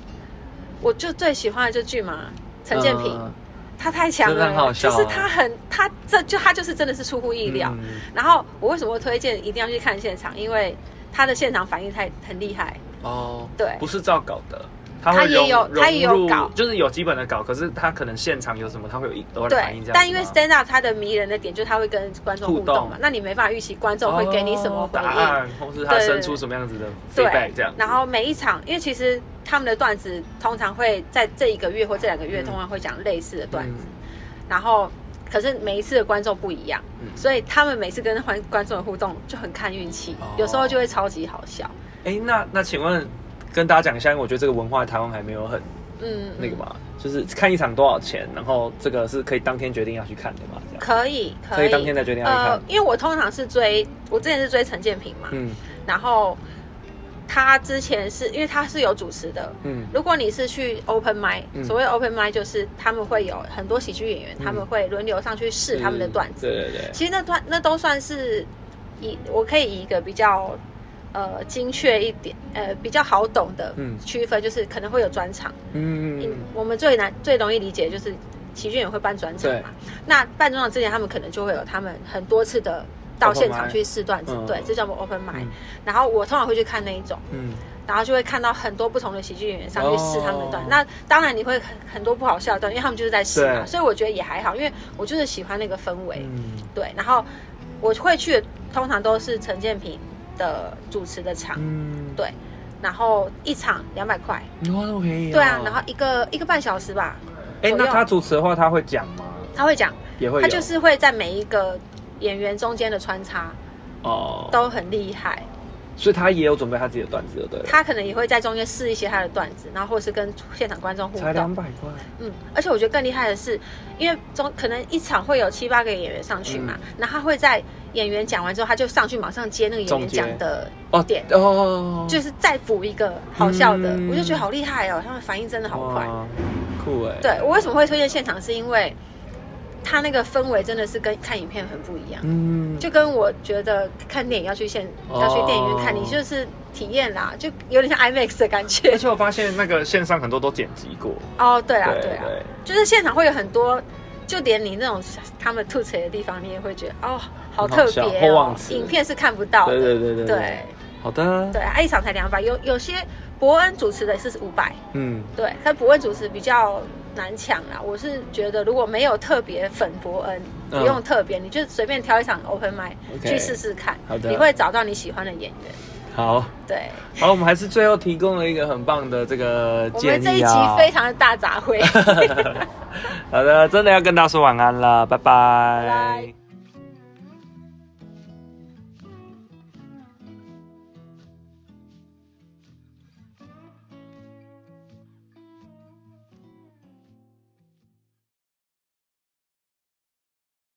[SPEAKER 2] 我就最喜欢的就剧嘛，陈建平，
[SPEAKER 1] 嗯
[SPEAKER 2] 他太强
[SPEAKER 1] 真的
[SPEAKER 2] 了，
[SPEAKER 1] 很好笑啊
[SPEAKER 2] 就是他很他这就他就是真的是出乎意料。
[SPEAKER 1] 嗯
[SPEAKER 2] 然后我为什么会推荐一定要去看现场？因为他的现场反应太很厉害，
[SPEAKER 1] 哦，
[SPEAKER 2] 对
[SPEAKER 1] 不是照稿的，他
[SPEAKER 2] 他
[SPEAKER 1] 会
[SPEAKER 2] 也
[SPEAKER 1] 融
[SPEAKER 2] 有他也有
[SPEAKER 1] 融入
[SPEAKER 2] 稿
[SPEAKER 1] 就是有基本的稿，可是他可能现场有什么，他会有一偶尔反应这样子吗。。
[SPEAKER 2] 对但因为 stand up 它的迷人的点就是他会跟观众互动
[SPEAKER 1] 互
[SPEAKER 2] 嘛
[SPEAKER 1] 动，
[SPEAKER 2] 那你没办法预期观众会给你什么
[SPEAKER 1] 哦
[SPEAKER 2] 回
[SPEAKER 1] 答
[SPEAKER 2] 应。
[SPEAKER 1] 案，或是他
[SPEAKER 2] 对
[SPEAKER 1] 生出什么样子的
[SPEAKER 2] 对
[SPEAKER 1] feedback 这样子。
[SPEAKER 2] 然后每一场，因为其实他们的段子通常会在这一个月或这两个月，
[SPEAKER 1] 嗯
[SPEAKER 2] 通常会讲类似的段子，
[SPEAKER 1] 嗯
[SPEAKER 2] 然后可是每一次的观众不一样，
[SPEAKER 1] 嗯
[SPEAKER 2] 所以他们每次跟观观众的互动就很看运气，
[SPEAKER 1] 哦
[SPEAKER 2] 有时候就会超级好笑。
[SPEAKER 1] 哎，那那请问跟大家讲一下，因为我觉得这个文化台湾还没有很
[SPEAKER 2] 嗯，嗯
[SPEAKER 1] 那个嘛，就是看一场多少钱，然后这个是可以当天决定要去看的嘛，这样
[SPEAKER 2] 可以
[SPEAKER 1] 可以当天再决定要去
[SPEAKER 2] 呃
[SPEAKER 1] 看，。
[SPEAKER 2] 因为我通常是追，我之前是追陈建平嘛，
[SPEAKER 1] 嗯
[SPEAKER 2] 然后他之前是因为他是有主持的。
[SPEAKER 1] 嗯
[SPEAKER 2] 如果你是去 open m i
[SPEAKER 1] 嗯
[SPEAKER 2] 所谓 open m i 就是他们会有很多喜剧演员，
[SPEAKER 1] 嗯
[SPEAKER 2] 他们会轮流上去试他们的段子。
[SPEAKER 1] 对对对，
[SPEAKER 2] 其实那段那都算是以我可以以一个比较呃精确一点，呃比较好懂的
[SPEAKER 1] 嗯
[SPEAKER 2] 区分，就是可能会有专场。
[SPEAKER 1] 嗯
[SPEAKER 2] 嗯，我们最难最容易理解就是喜剧演员会办专场嘛。那办专场之前，他们可能就会有他们很多次的到
[SPEAKER 1] Open
[SPEAKER 2] 现场
[SPEAKER 1] mic
[SPEAKER 2] 去试段子，
[SPEAKER 1] 嗯
[SPEAKER 2] 对，这叫我们 open mic、
[SPEAKER 1] 嗯
[SPEAKER 2] 然后我通常会去看那一种，
[SPEAKER 1] 嗯
[SPEAKER 2] 然后就会看到很多不同的喜剧演员上去试他们的段。
[SPEAKER 1] 哦
[SPEAKER 2] 那当然你会很很多不好笑的段，因为他们就是在试嘛，
[SPEAKER 1] 对
[SPEAKER 2] 所以我觉得也还好，因为我就是喜欢那个氛围，
[SPEAKER 1] 嗯
[SPEAKER 2] 对。然后我会去的通常都是陈建平的主持的场，
[SPEAKER 1] 嗯，
[SPEAKER 2] 对。然后一场两百块，
[SPEAKER 1] 哇，那么便宜哦。
[SPEAKER 2] 对啊，然后一个一个半小时吧，
[SPEAKER 1] 哎，
[SPEAKER 2] 左右
[SPEAKER 1] 那他主持的话，他会讲吗？
[SPEAKER 2] 他会讲，
[SPEAKER 1] 也会有
[SPEAKER 2] 他就是会在每一个演员中间的穿插
[SPEAKER 1] 哦，
[SPEAKER 2] 都很厉害。
[SPEAKER 1] 所以他也有准备他自己的段子，对了。
[SPEAKER 2] 他可能也会在中间试一些他的段子，然后或是跟现场观众互
[SPEAKER 1] 才两
[SPEAKER 2] 动。
[SPEAKER 1] 百块，
[SPEAKER 2] 嗯，而且我觉得更厉害的是，因为中可能一场会有七八个演员上去嘛，
[SPEAKER 1] 嗯
[SPEAKER 2] 然后他会在演员讲完之后，他就上去马上接那个演员
[SPEAKER 1] 总结
[SPEAKER 2] 讲的
[SPEAKER 1] 哦
[SPEAKER 2] 点，
[SPEAKER 1] 哦，
[SPEAKER 2] 就是再补一个好笑的，
[SPEAKER 1] 嗯
[SPEAKER 2] 我就觉得好厉害哦，他们反应真的好快。
[SPEAKER 1] 哇，酷哎，，
[SPEAKER 2] 对我为什么会推荐现场，是因为他那个氛围真的是跟看影片很不一样。
[SPEAKER 1] 嗯，
[SPEAKER 2] 就跟我觉得看电影要去现
[SPEAKER 1] 哦
[SPEAKER 2] 要去电影院看，你就是体验啦，就有点像 IMAX 的感
[SPEAKER 1] 而
[SPEAKER 2] 觉。
[SPEAKER 1] 且我发现那个线上很多都剪辑过，
[SPEAKER 2] 哦，对啦，
[SPEAKER 1] 对
[SPEAKER 2] 对啦，就是现场会有很多，就连你那种他们吐槽的地方，你也会觉得哦，好特别
[SPEAKER 1] 很好笑或
[SPEAKER 2] 哦
[SPEAKER 1] 忘。词
[SPEAKER 2] 影片是看不到的，
[SPEAKER 1] 对对对对
[SPEAKER 2] 对
[SPEAKER 1] 对好的，
[SPEAKER 2] 对啊一场才两百，有有些伯恩主持的是五百，
[SPEAKER 1] 嗯，
[SPEAKER 2] 对，但伯恩主持比较难抢啦。我是觉得如果没有特别粉伯恩，
[SPEAKER 1] 嗯
[SPEAKER 2] 不用特别，你就随便挑一场 open mic
[SPEAKER 1] OK
[SPEAKER 2] 去试试看，
[SPEAKER 1] 好的
[SPEAKER 2] 你会找到你喜欢的演员。
[SPEAKER 1] 好，
[SPEAKER 2] 对，
[SPEAKER 1] 好，我们还是最后提供了一个很棒的这个
[SPEAKER 2] 我
[SPEAKER 1] 建
[SPEAKER 2] 们
[SPEAKER 1] 议
[SPEAKER 2] 这一集
[SPEAKER 1] 啊
[SPEAKER 2] 非常的大杂烩。
[SPEAKER 1] 好的，真的要跟大家说晚安了，拜拜
[SPEAKER 2] 拜